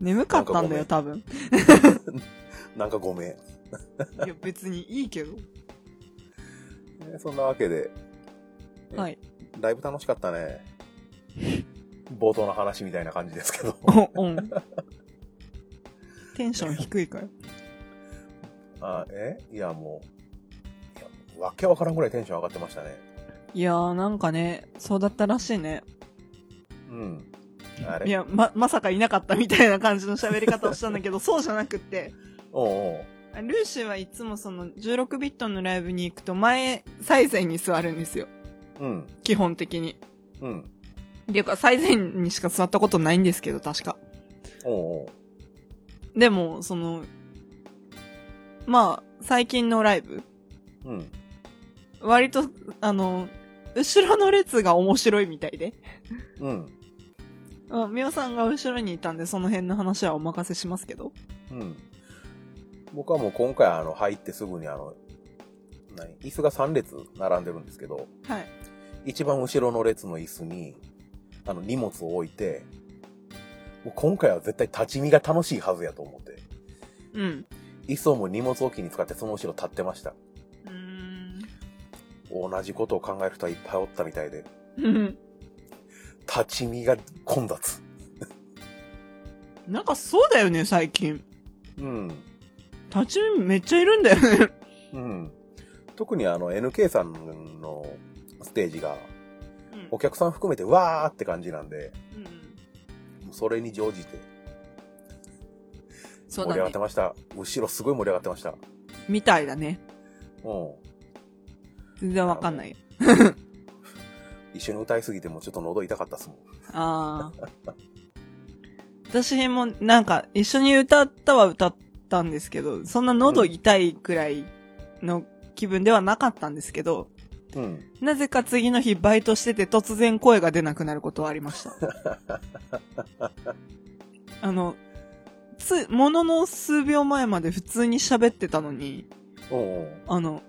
眠かったんだよ、
なん
多分。
なんかごめん。
いや、別にいいけど。
ねそんなわけで、ね
はい。
だいぶ楽しかっ たね。冒頭の話みたいな感じですけど。
お、うん。テンション低いかよ。
あえいや、もういや、わけわからんぐらいテンション上がってましたね。
いやー、なんかね、そうだったらしいね。
うん。あれ
いや、ま、まさかいなかったみたいな感じの喋り方をしたんだけど、そうじゃなくって、
おうおう
ルーシーはいつもその16ビットのライブに行くと前、最前に座るんですよ。
うん。
基本的に。
うん。
っていうか、最前にしか座ったことないんですけど、確か。
おうおう
でも、その、まあ、最近のライブ、
うん。
割と、あの、後ろの列が面白いみたいで。
うん。
うん、みおさんが後ろにいたんで、その辺の話はお任せしますけど。
うん。僕はもう今回あの入ってすぐにあの、何椅子が3列並んでるんですけど、
はい。
一番後ろの列の椅子に、あの荷物を置いて、もう今回は絶対立ち見が楽しいはずやと思って、
うん。
椅子をもう荷物置きに使ってその後ろ立ってました。
うーん。
同じことを考える人はいっぱいおったみたいで、
うん
立ち見が混雑。
なんかそうだよね、最近。
うん。
立ち見めっちゃいるんだよね。
うん。特にあの NK さんのステージが、お客さん含めてわーって感じなんで、
うん
それに乗じて
そうだ
盛り上がっ
ね
て。ました、後ろすごい盛り上がってました
みたいだね。
うん
全然わかんないよ。
一緒に歌いすぎてもうちょっと喉痛かったっすもん
ああ。私もなんか一緒に歌ったは歌ったんですけど、そんな喉痛いくらいの気分ではなかったんですけど、
うん
なぜか次の日バイトしてて突然声が出なくなることはありました。あの、つ、ものの数秒前まで普通に喋ってたのに、
うんうん
あの、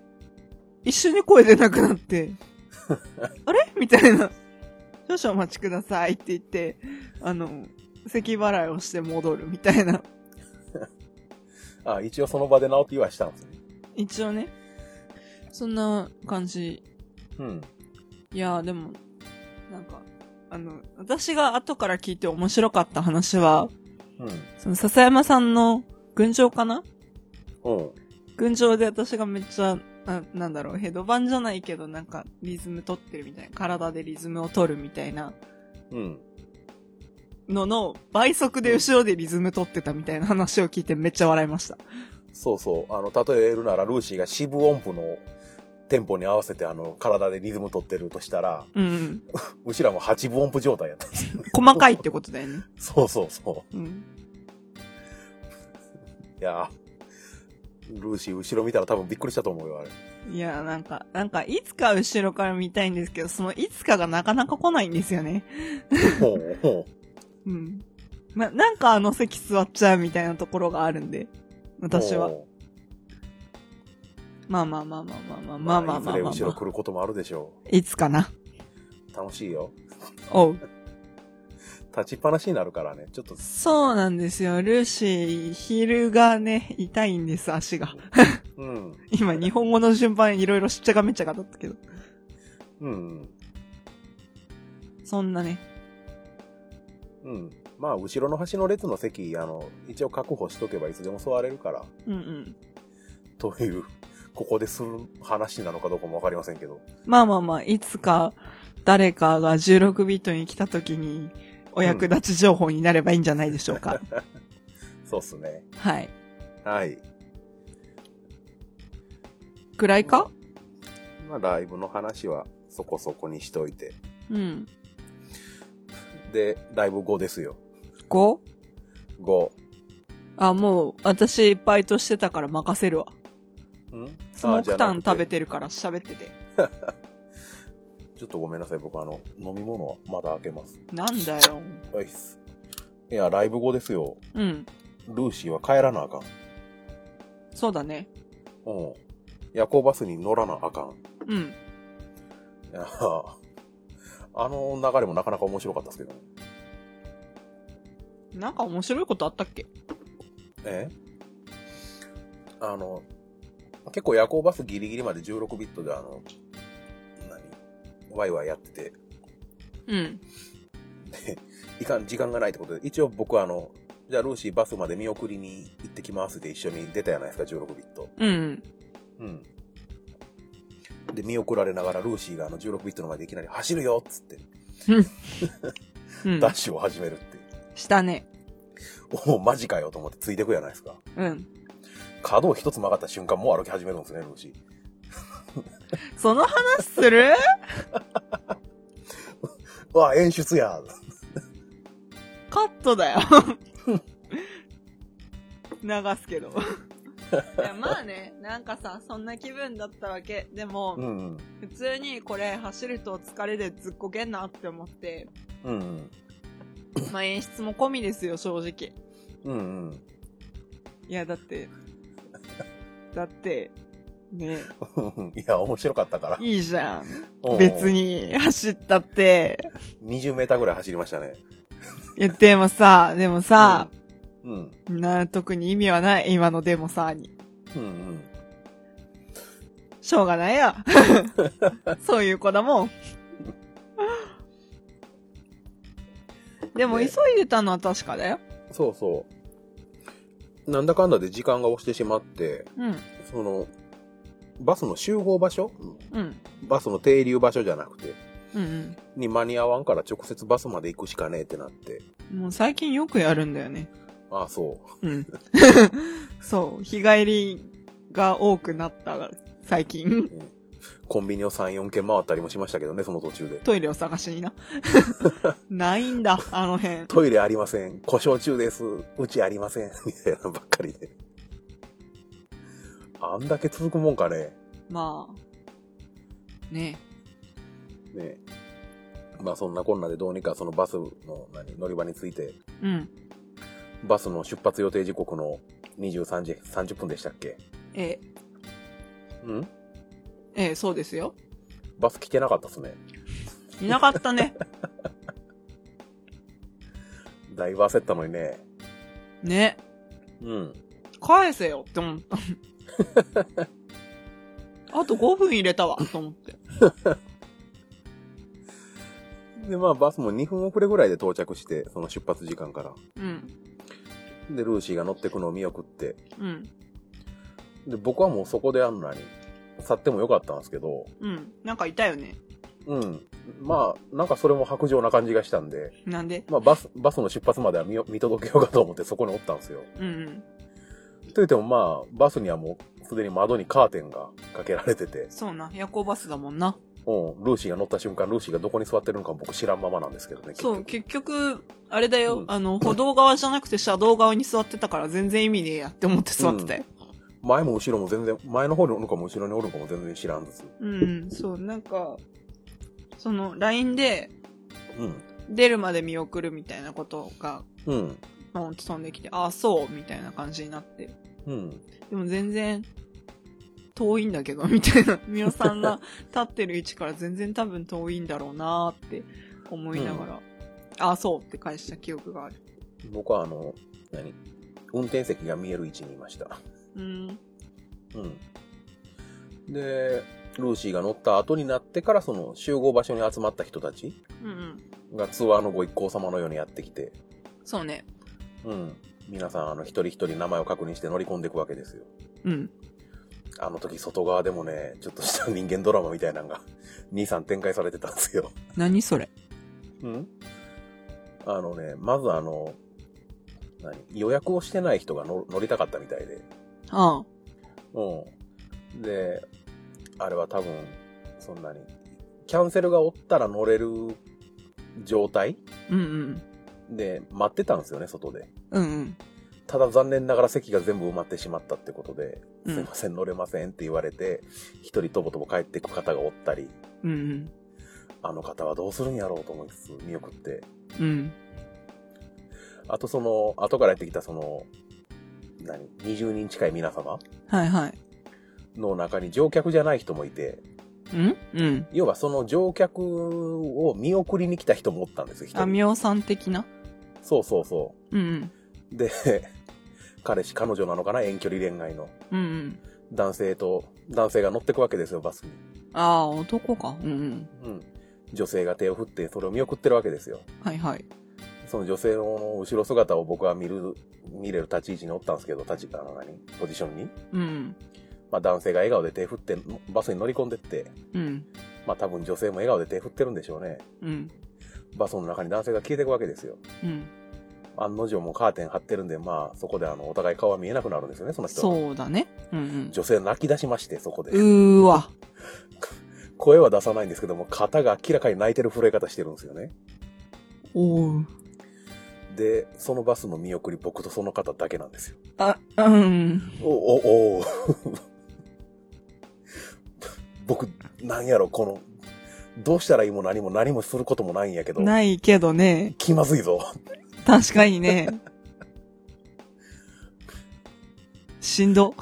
一緒に声出なくなって、あれみたいな、少々お待ちくださいって言って、あの、咳払いをして戻るみたいな。
あ一応その場で治って言わしたんですね
一応ね、そんな感じ。
うん
いやーでも、なんか、あの、私が後から聞いて面白かった話は、
う
その笹山さんの群青かなん
うん
群青で私がめっちゃ、ななんだろう、ヘドバンじゃないけど、なんかリズム取ってるみたいな、体でリズムを取るみたいな
うん
のの倍速で後ろでリズム取ってたみたいな話を聞いてめっちゃ笑いました。
そうそうあの例えるならルーシーが四分音符のテンポに合わせてあの体でリズム取ってるとしたら
うん。
うちらも八分音符状態やったんですよ
細かいってことだよね。
そうそうそ
うん。
ういやルーシー後ろ見たら多分びっくりしたと思う よあれ
いや、なんか、なんか、いつか後ろから見たいんですけど、そのいつかがなかなか来ないんですよね。
ほうほ
うん。ま、なんかあの席座っちゃうみたいなところがあるんで、
う
私は。
ほ
まあまあまあまあまあ
う
まあまあまあまあま
いずれ後ろ
あ
来ることもあるでしょ
いつかな。
う楽しいよ
おう。
立ちっぱなしになるからね、ちょっと、
そうなんですよ。ルーシー、昼がね、痛いんです、足が。
うん、
今、日本語の順番いろいろしっちゃかめっちゃかだったけど。
うん、
そんなね、
うん。まあ、後ろの端の列の席、あの、一応確保しとけばいつでも座れるから、
うんうん。
という、ここでする話なのかどうかもわかりませんけど。
まあまあまあ、いつか誰かが16ビートに来た時にお役立ち情報になればいいんじゃないでしょうか。
そうっすね。
はい。
はい。
くらいか
まあ、ライブの話はそこそこにしといて。
うん。
で、ライブ5ですよ。
5?
5。
あ、もう私バイトしてたから任せるわ。
ん
スモークタン食べ
て。
てるから喋ってて。
ちょっとごめんなさい。僕、あの、飲み物はまだ開けます。
なんだよ。
はいっす。いや、ライブ後ですよ。
うん。
ルーシーは帰らなあかん。
そうだね。
うん。夜行バスに乗らなあかん。
うん。
いやーあの流れもなかなか面白かったですけどね。
なんか面白いことあったっけ
えあの、結構夜行バスギリギリまで16ビットであの、何ワイワイやってて、
うん。
いかん、時間がないってことで、一応僕はあの、じゃあルーシーバスまで見送りに行ってきますって一緒に出たじゃないですか、16ビット。
うん。
うん。で、見送られながらルーシーがあの16ビットの前でいきなり走るよっつって、
うん
ダ。ッシュを始める って。
したね。
おお、マジかよと思ってついてくじゃないですか。
うん。
角を一つ曲がった瞬間もう歩き始めるんですね、ルーシー。
その話する
うわ、演出や。
カットだよ。流すけど。いやまあね、なんかさ、そんな気分だったわけ。でも
う、ん
普通にこれ走ると疲れでずっこけんなって思って、
うん。うんうん。
まあ演出も込みですよ、正直。
うんうん。
いや、だって、だって、ね、
うん いや、面白かったから。
いいじゃん。
うん
別。に走ったって。
20メーターぐらい走りましたね。
いや、でもさ、でもさ、
うん。うん。
な、特に意味はない、今のでもさに。
うんうん。
しょうが ないよ。そういう子だもん。でも、急
ね
いでたのは確かだよ。
そうそう。なんだかんだで時間が押してしまって、
うん、
その、バスの集合場所
うん、
バスの停留場所じゃなくて、
うん、
に間に合わんから直接バスまで行くしかねえってなって。
うん。もう最近よくやるんだよね。
ああ、そう。
うん。 そう、日帰りが多くなった、最近。
コンビニを3、4軒回ったりもしましたけどね、その途中で。
トイレを探しに な。ないんだ、あの辺。
トイレありません。故障中です。うちありません。 みたいなのばっかりで。あんだけ続くもんかね。
まあ、ね
ねまあそんなこんなでどうにかそのバスの何乗り場に着いて、
うん。
バスの出発予定時刻の23時30分でしたっけ
え
うん
え、ええ、そうですよ。
バス来てなかったっすね。
いなかった ね。
だいぶ焦ったのにね。
ね。
うん。
返せよって思 った。あと5分入れたわ、と思って。
でまあバスも2分遅れぐらいで到着して、その出発時間から。
うん。
で、ルーシーが乗ってくのを見送って、
うん。
で、僕はもうそこであんなに、去ってもよかったんですけど、
うん。なんかいたよね。
うん。まあ、なんかそれも白状な感じがしたんで、
なんで
まあ、バス、バスの出発までは見よ見届けようかと思ってそこにおったんですよ。
うんうん。
といってもまあ、バスにはもう、すでに窓にカーテンがかけられてて、
そうな。夜行バスだもんな。
うん、ルーシーが乗った瞬間、ルーシーがどこに座ってるのか僕知らんままなんですけどね。
そう、結
結
局、あれだよ。
うん
あの、歩道側じゃなくて車道側に座ってたから全然意味ねえやって思って座ってたよ。
局前も後ろも全然、前の方におるかも後ろにおるかも全然知らんです。
うん、うん、そう、なんか、その、LINE で
うん。
出るまで見送るみたいなことが、
うん。
ポンと飛んできて、ああ、そう、みたいな感じになって。
うん。
でも全然、遠いんだけど、みたい な。みおさんが立ってる位置から全然多分遠いんだろうなーって思いながら、ああ、そうって返した記憶がある。
僕はあの、何運転席が見える位置にいました。
うん。
うん。で、ルーシーが乗った後になってから、その集合場所に集まった人たち
うんうん。
がツアーのご一行様のようにやってきて、
そうね。
うん。皆さん、あの、一人一人名前を確認して乗り込んでいくわけですよ。
うん。
あの時、外側でもね、ちょっとした人間ドラマみたいなのが、 兄さん展開されてたんですよ。
何それ。
うんあのね、まずあの、何予約をしてない人が乗乗りたかったみたいで。
ああ。
うん。で、あれは多分、そんなに、キャンセルがおったら乗れる状態
うんうん。
で待ってたんですよね、外で。
うんうん。
ただ残念ながら席が全部埋まってしまったってことで、
うん
すいません、乗れませんって言われて、一人とぼとぼ帰ってく方がおったり、
うんうん。
あの方はどうするんやろうと思いつつ見送って。
うん。
あとその、後からやってきたその、何 ?20 人近い皆様
はいはい。
の中に乗客じゃない人もいて、
うんうん。
要はその乗客を見送りに来た人もおったんですよ、一
あ、
人。
みおさん的な
そうそうそ
うんうん。
う。で、 彼氏、彼女なのかな遠距離恋愛の。
うんうん。
男性と、男性が乗ってくわけですよ、バスに。
ああ、男か。うんうん。
うん。女性が手を振って、それを見送ってるわけですよ。
はいはい。
その女性の後ろ姿を僕は見る、見れる立ち位置におったんですけど、立ち、あの何ポジションに。
うん。ま
まあ男性が笑顔で手振って、バスに乗り込んでって、
うん。
まあ多分女性も笑顔で手振ってるんでしょうね。
うん。
バスの中に男性が消えていくわけですよ。
うん。
案の定もうカーテン張ってるんで、まあそこであの、お互い顔は見えなくなるんですよね、その人は。
そうだね。うん
女性泣き出しまして、そこで
う。ん。うーわ。
声は出さないんですけども、肩が明らかに泣いてる震え方してるんですよね。
おう。
で、そのバスの見送り、僕とその方だけなんですよ。
あ、うん。
お、お、お僕、なんやろ、この、どうしたらいいも何も何もすることもないんやけど、
ないけどね。
気まずいぞ。
確かにね。しんど。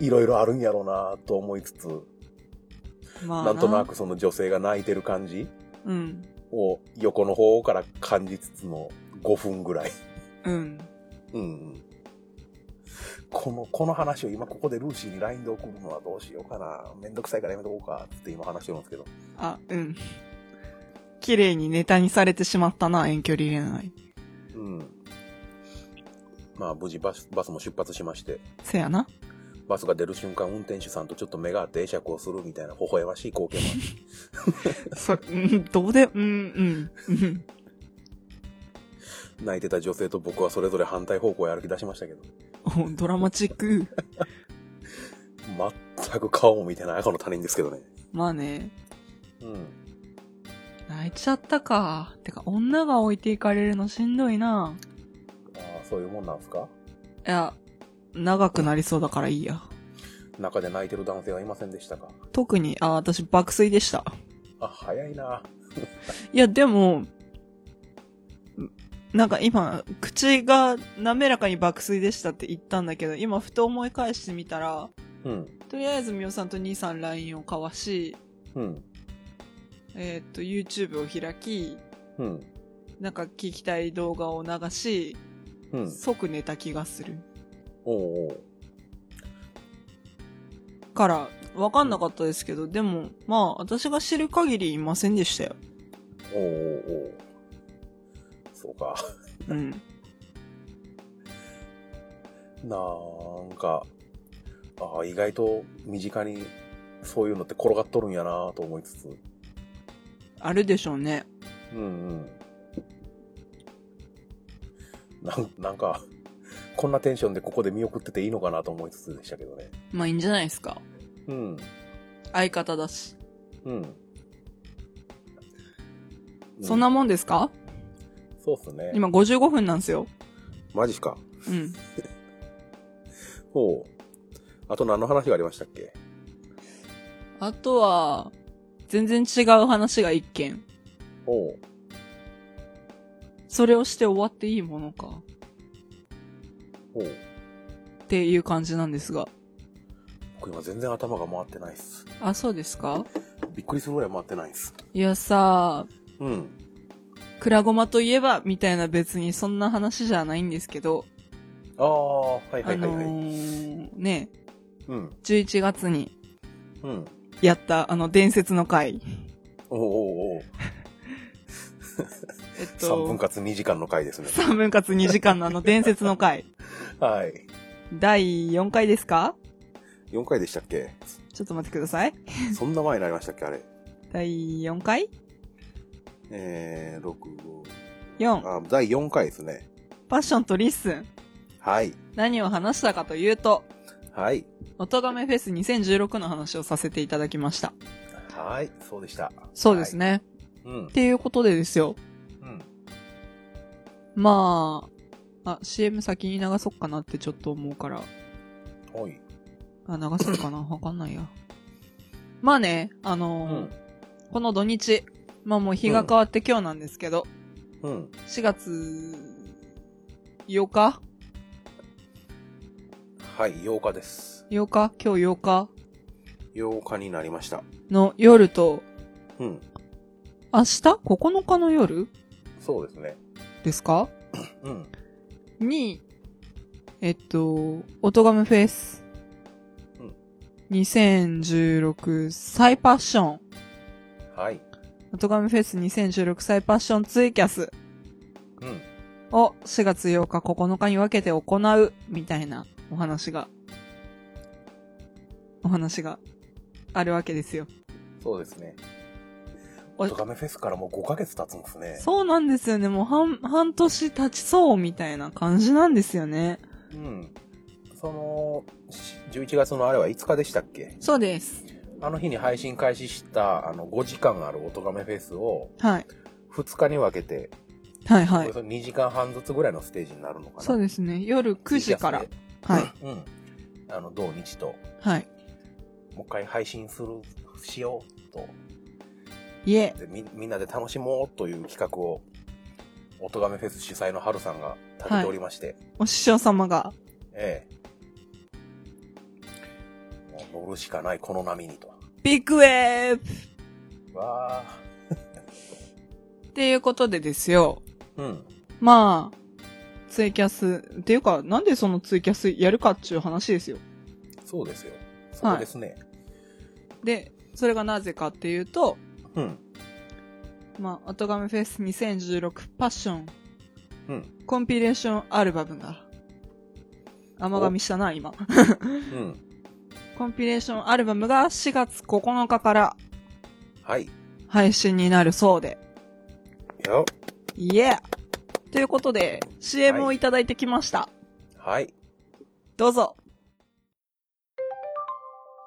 いろいろあるんやろうなと思いつつ、
まあ。
なんとな。くその女性が泣いてる感じ
うん。
を横の方から感じつつの5分ぐらい。
うん。
うん。この、この話を今ここでルーシーに LINE で送るのはどうしようかな。めんどくさいからやめとこうかって今話してるんですけど。
あ、うん。綺麗にネタにされてしまったな、遠距離恋愛。
うん。まあ無事バス、バスも出発しまして、
せやな。
バスが出る瞬間運転手さんとちょっと目が合って会釈をするみたいな微笑ましい光景もあって。
そ、うん、どうで、うん、うんうん。
泣いてた女性と僕はそれぞれ反対方向へ歩き出しましたけど。
おドラマチック。
全く顔も見てない赤の他人ですけどね。
まあね。
うん。
泣いちゃったか。てか、女が置いていかれるのしんどいな。
ああ、そういうもんなんですか
いや、長くなりそうだからいいや。
中で泣いてる男性はいませんでしたか
特に、あ、私爆睡でした。
あ、早いな。
いや、でも、んなんか今、口が滑らかに爆睡でしたって言ったんだけど、今ふと思い返してみたら、
うん。
とりあえずみおさんと兄さん LINE を交わし、
うん。
えーっと、YouTube を開き、
うん。
なんか聞きたい動画を流し、
うん。
即寝た気がする。
おうおう。
から、わかんなかったですけど、でも、まあ、私が知る限りいませんでしたよ。
おうおうおう。そうか。
うん。
なんか、ああ、意外と身近にそういうのって転がっとるんやなと思いつつ。
あるでしょうね。
うんうん。なんなんか、こんなテンションでここで見送ってていいのかなと思いつつでしたけどね。
まあ、いいんじゃないですか。
うん。
相方だし。
うん。
そんなもんですか、
そうっすね。
今55分なんですよ。
マジっすか。
うん。
ほう。あと何の話がありましたっけ
あとは、全然違う話が一件。
ほう。
それをして終わっていいものか。
ほう。
っていう感じなんですが。
僕今全然頭が回ってないっす。
あ、そうですか
びっくりするぐらい回ってないっす。
いやさ、
うん。
クラゴマといえば、みたいな別にそんな話じゃないんですけど、
ああ、はいはいはいはい。
あのー、ね、
うん。
11月に
うん。
やった、あの、伝説の回。
おうおうおう
えっと、
3分割2時間の回ですね。
3分割2時間のあの伝説の回。
はい。
第4回ですか
4回でしたっ け
ちょっと待ってください。
そんな前になりましたっけあれ。
第4回
えー、6、
?4。
5、あ、第4回ですね。
パッションとリッスン。
はい。
何を話したかというと、
はい。
おとがめフェス2016の話をさせていただきました。
はい。そうでした。
そうですね。
はい。うん
っ。ていうことでですよ。
うん。
まあ、あ、CM 先に流そうかなってちょっと思うから。
おい。
あ、流せる かなわかんないや。まあね、あ
う
のー
ん。
この土日、まあもう日が変わって今日なんですけど、
うん。
4月8日
はい。8日です。
?8 日今日8日
8日になりました。
の夜と、
うん。
明日 ?9 日の夜
そうですね。
ですか
うん。
に、えっと、オトガメフェス
うん。
2016サイパッション。
はい。
オトガメフェス2016サイパッションツイキャス
うん。
を4月8日9日に分けて行うみたいなお話が、お話があるわけですよ。
そうですね。
お
トカメフェスからもう5ヶ月経つんですね。
そうなんですよね。もう半、半年経ちそうみたいな感じなんですよね。
うん。その、し11月のあれは5日でしたっけ
そうです。
あの日に配信開始した、あの、5時間あるおとがめフェスを、
はい。
2日に分けて、
はい
お
は
よ
い。
そ2時間半ずつぐらいのステージになるのかな。
そうですね。夜9時から。。はい。。
うん。あの、同日と、
はい。
もう一回配信する、しようと。
いえ。
でみみんなで楽しもうという企画を、おとがめフェス主催の春さんが立てておりまして、
お師匠様が。
ええ。もう乗るしかない、この波にと。
ビッグウェーブ
わあ。
っていうことでですよ。
うん。
まあ、ツイキャス。っていうか、なんでそのツイキャスやるかっていう話ですよ。
そうですよ。そうですね。
で、それがなぜかっていうと、
うん。
まあ、アトガメフェス2016パッション
うん。
コンピレーションアルバムが、甘噛みしたな、今。
うん。
コンピレーションアルバムが4月9日から
はい。
配信になるそうで。
よ。
イエーということで、CM をいただいてきました。
はい。
どうぞ。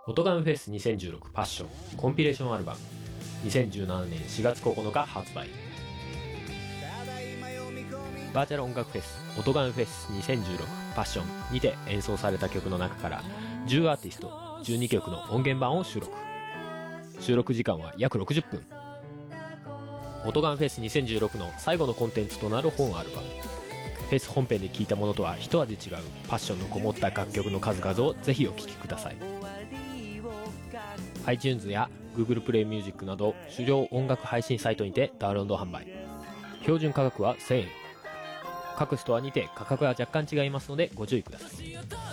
オトガンフェス2016パッションコンピレーションアルバム2017年4月9日発売バーチャル音楽フェスオトガンフェス2016パッションにて演奏された曲の中から10アーティスト12曲の音源版を収録収録時間は約60分オトガンフェス2016の最後のコンテンツとなる本アルバムフェス本編で聴いたものとは一味違うパッションのこもった楽曲の数々をぜひお聴きください iTunes や Google プレイミュージックなど主要音楽配信サイトにてダウンロード販売標準価格は1000円各ストアにて価格は若干違いますのでご注意ください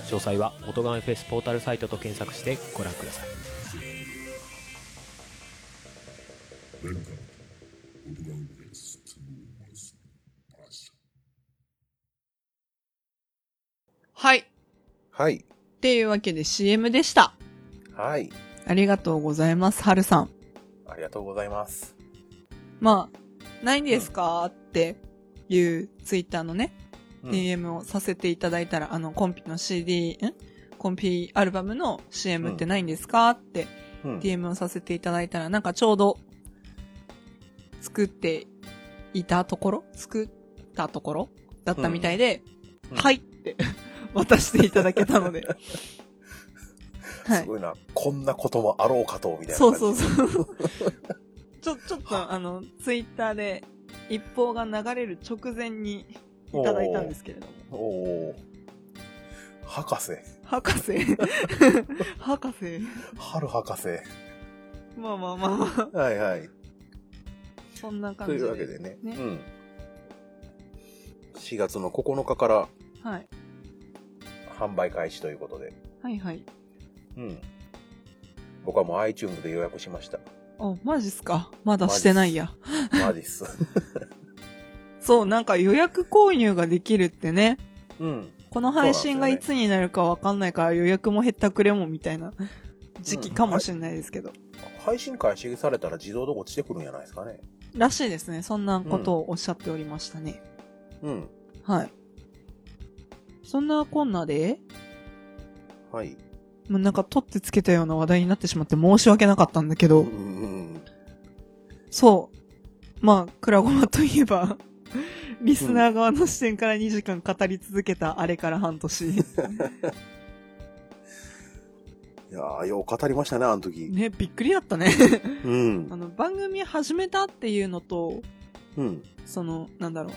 詳細は「音がめフェスポータルサイト」と検索してご覧ください
はい。っ
はい。
ていうわけで CM でした。
はい。
ありがとうございます、はるさん。
ありがとうございます。
まあ、ないんですか、っていうツイッターのね、
うん
DM をさせていただいたら、あの、コンピの CD、んコンピアルバムの CM ってないんですか、って
うん
DM をさせていただいたら、なんかちょうど、作っていたところ作ったところだったみたいで、
うん
はいって 渡していただけたの で。は
す
い。
ごいな。こんなこともあろうかと、みたいな感じ。
そうそうそう。 ちょ、ちょっとあの、ツイッターで一報が流れる直前にいただいたんですけれども。
おおー博士。
博士 博士
春博士。
まあまあまあまあ、
はいはい。
そんな感
と
じ
い
で。
うわけでね。
ね
うん。4月の9日から
はい。
販売開始ということで。
はいはい。
うん。僕はもう iTunes で予 約しました。
あ、マジっすかまだしてないや。
マジっす。
そう、なんか予約購入ができるってね。
うん。
この配信が
そうなん
い
で
つになるかわかんないから予約もへったくれもみたいな時期かもしれないですけど。
配信開始されたら自動で落ちてくるんじゃないですかね。
らしいですね。そんなことをおっしゃっておりましたね。
うん。
はい。そんなこんなで、
はい。
もうなんか取ってつけたような話題になってしまって申し訳なかったんだけ
う
ど、
ん。
そう。まあ、クラゴマといえ ば、リスナー側の視点から2時間語り続けたあれから半年。
いやー、よう語りましたね、あの時。
ね、びっくりだったね。
うん
あ。の、番組始めたっていうのと、
うん。
その、なんだろう。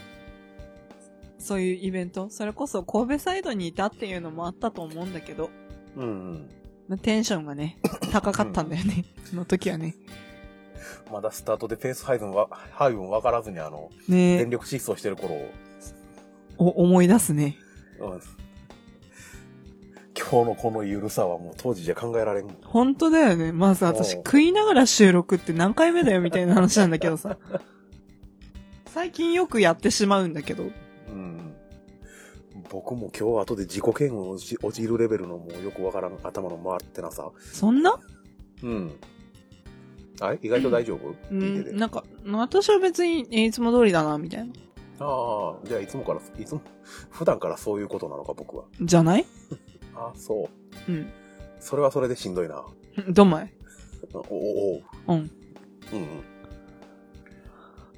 そういうイベントそれこそ神戸サイドにいたっていうのもあったと思うんだけど、
うんうん。
まあテンションが ね、高かったんだよね。その時はね。
まだスタートでペース配分は、配分分からずに、あの、
ね
全力疾走してる頃を、
お、思い出すね。
うん。今日のこのゆるさはもう当時じゃ考えられんもん。
本当だよね。まず私
うん
食いながら収録って何回目だよみたいな話なんだけど さ。最近よくやってしまうんだけど。
うん。僕も今日後で自己嫌悪に落ち陥るレベルのもうよくわからん頭の回ってなさ。
そんな
うん。あれ意外と大丈夫、
う
聞いて
ん、
て。
なんか、私は別にえいつも通りだな、みたいな。
ああ、じゃあいつもから、いつも、 普段からそういうことなのか僕は。
じゃない
あそう。
うん。
それはそれでしんどいな。
どんまい
おおおう
うん。
うん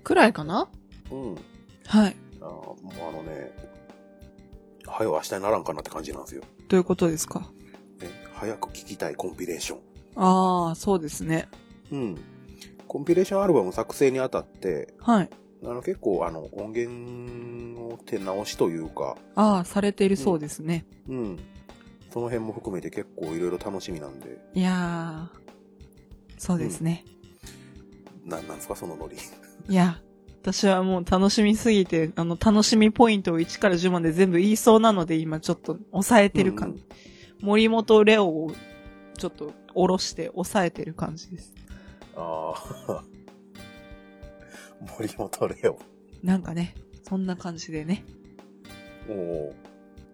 くらいかな
うん。うん。
はい。
あーもうあのね、はよ明日にならんかなって感じなんですよ。
どういうことですか
ね、早く聞きたいコンピレーション。
ああ、そうですね。
うん。コンピレーションアルバム作成にあたって、
はい。
あの結構あの音源の手直しというか、
ああ、されているそうですね。
うん。その辺も含めて結構いろいろ楽しみなんで、
いやー、そうですね。
なんなんですかそのノリ。
いや、私はもう楽しみすぎて、あの、楽しみポイントを1から10まで全部言いそうなので、今ちょっと抑えてる感じ。森本レオをちょっと下ろして抑えてる感じです。
ああ。 森本レオ。
なんかね、そんな感じでね。
おお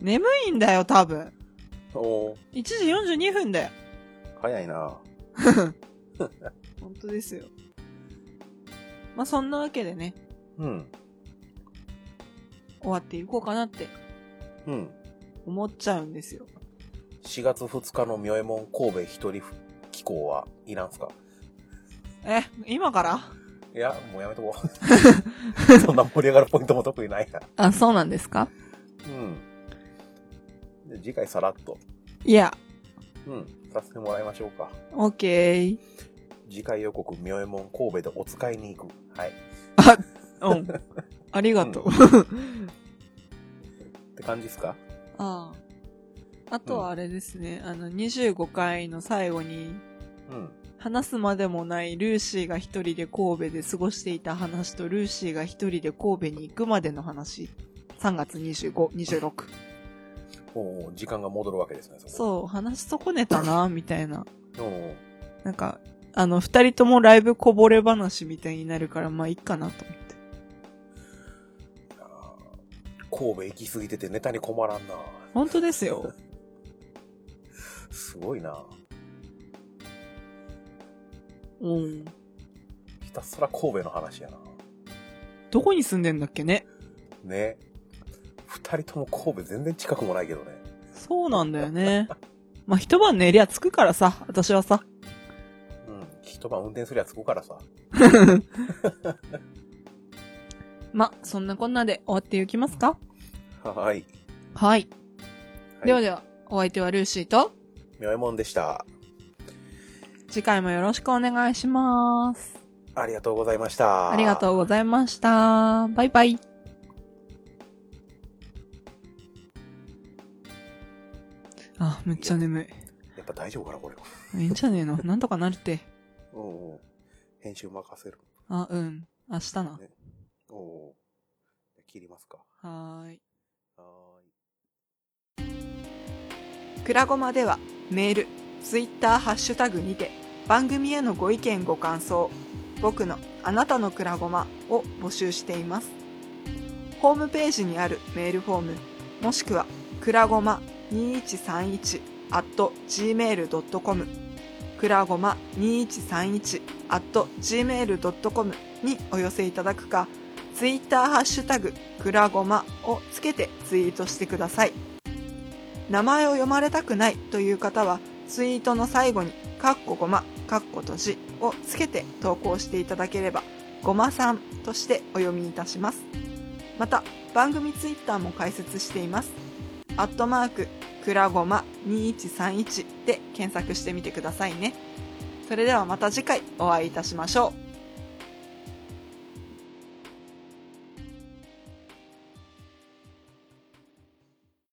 眠いんだよ、多分。
うおう
1時42分だよ。
早いな。
本当ですよ。まあ、そんなわけでね、
うん。
終わっていこうかなって
うん。
思っちゃうんですよ。
4月2日の妙右衛門神戸一人寄港はいらんすか
え、今から
いや、もうやめとこ う。そんな盛り上がるポイントも特にないな。
あ、そうなんですか
うん。で次回さらっと。
いや、
うん。させてもらいましょうか。
オッケー。
次回予告、妙右衛門神戸でお使いに行く。はい。
うん。ありがとう。
って感じですか
ああ。あとはあれですね、あの、25回の最後に、
うん。
話すまでもないルーシーが一人で神戸で過ごしていた話とルーシーが一人で神戸に行くまでの話。3月25、26。
おう時間が戻るわけですね、そこ
そう、話し損ねたな、みたいな。
おう
なんか、あの、二人ともライブこぼれ話みたいになるから、まあいいかなと思って。
あー神戸行き過ぎててネタに困らんな。
本当ですよ。
すごいな。
うん。
ひたすら神戸の話やな。
どこに住んでんだっけね
ね。二人とも神戸全然近くもないけどね。
そうなんだよね。まあ、一晩寝りゃ着くからさ、私はさ。
うん。一晩運転すりゃ着くからさ。
まあ、そんなこんなで終わっていきますか
はい。
はい。
はい
ではでは、お相手はルーシーと、
妙右衛門でした。
次回もよろしくお願いします。
ありがとうございました。
ありがとうございました。バイバイ。あ、めっちゃ眠い。
やっぱ大丈夫かな、これ。
いいんじゃねえのなんとかなるって。
うんうん。編集任せる。
あ、うん。明日な。
おおう。切りますか。
はーい。
はーい。
くらごまではメール、ツイッター、ハッシュタグにて番組へのご意見ご感想、僕のあなたのくらごまを募集しています。ホームページにあるメールフォーム、もしくは、くらごま2131 at gmail.com、くらごま2131 at gmail.com にお寄せいただくか、ツイッターハッシュタグ、くらごまをつけてツイートしてください。名前を読まれたくないという方は、ツイートの最後に、かっこごま、かっこ閉じをつけて投稿していただければ、ごまさんとしてお読みいたします。また、番組ツイッターも開設しています。アットマーク、くらごま2131で検索してみてくださいね。それではまた次回お会いいたしましょう。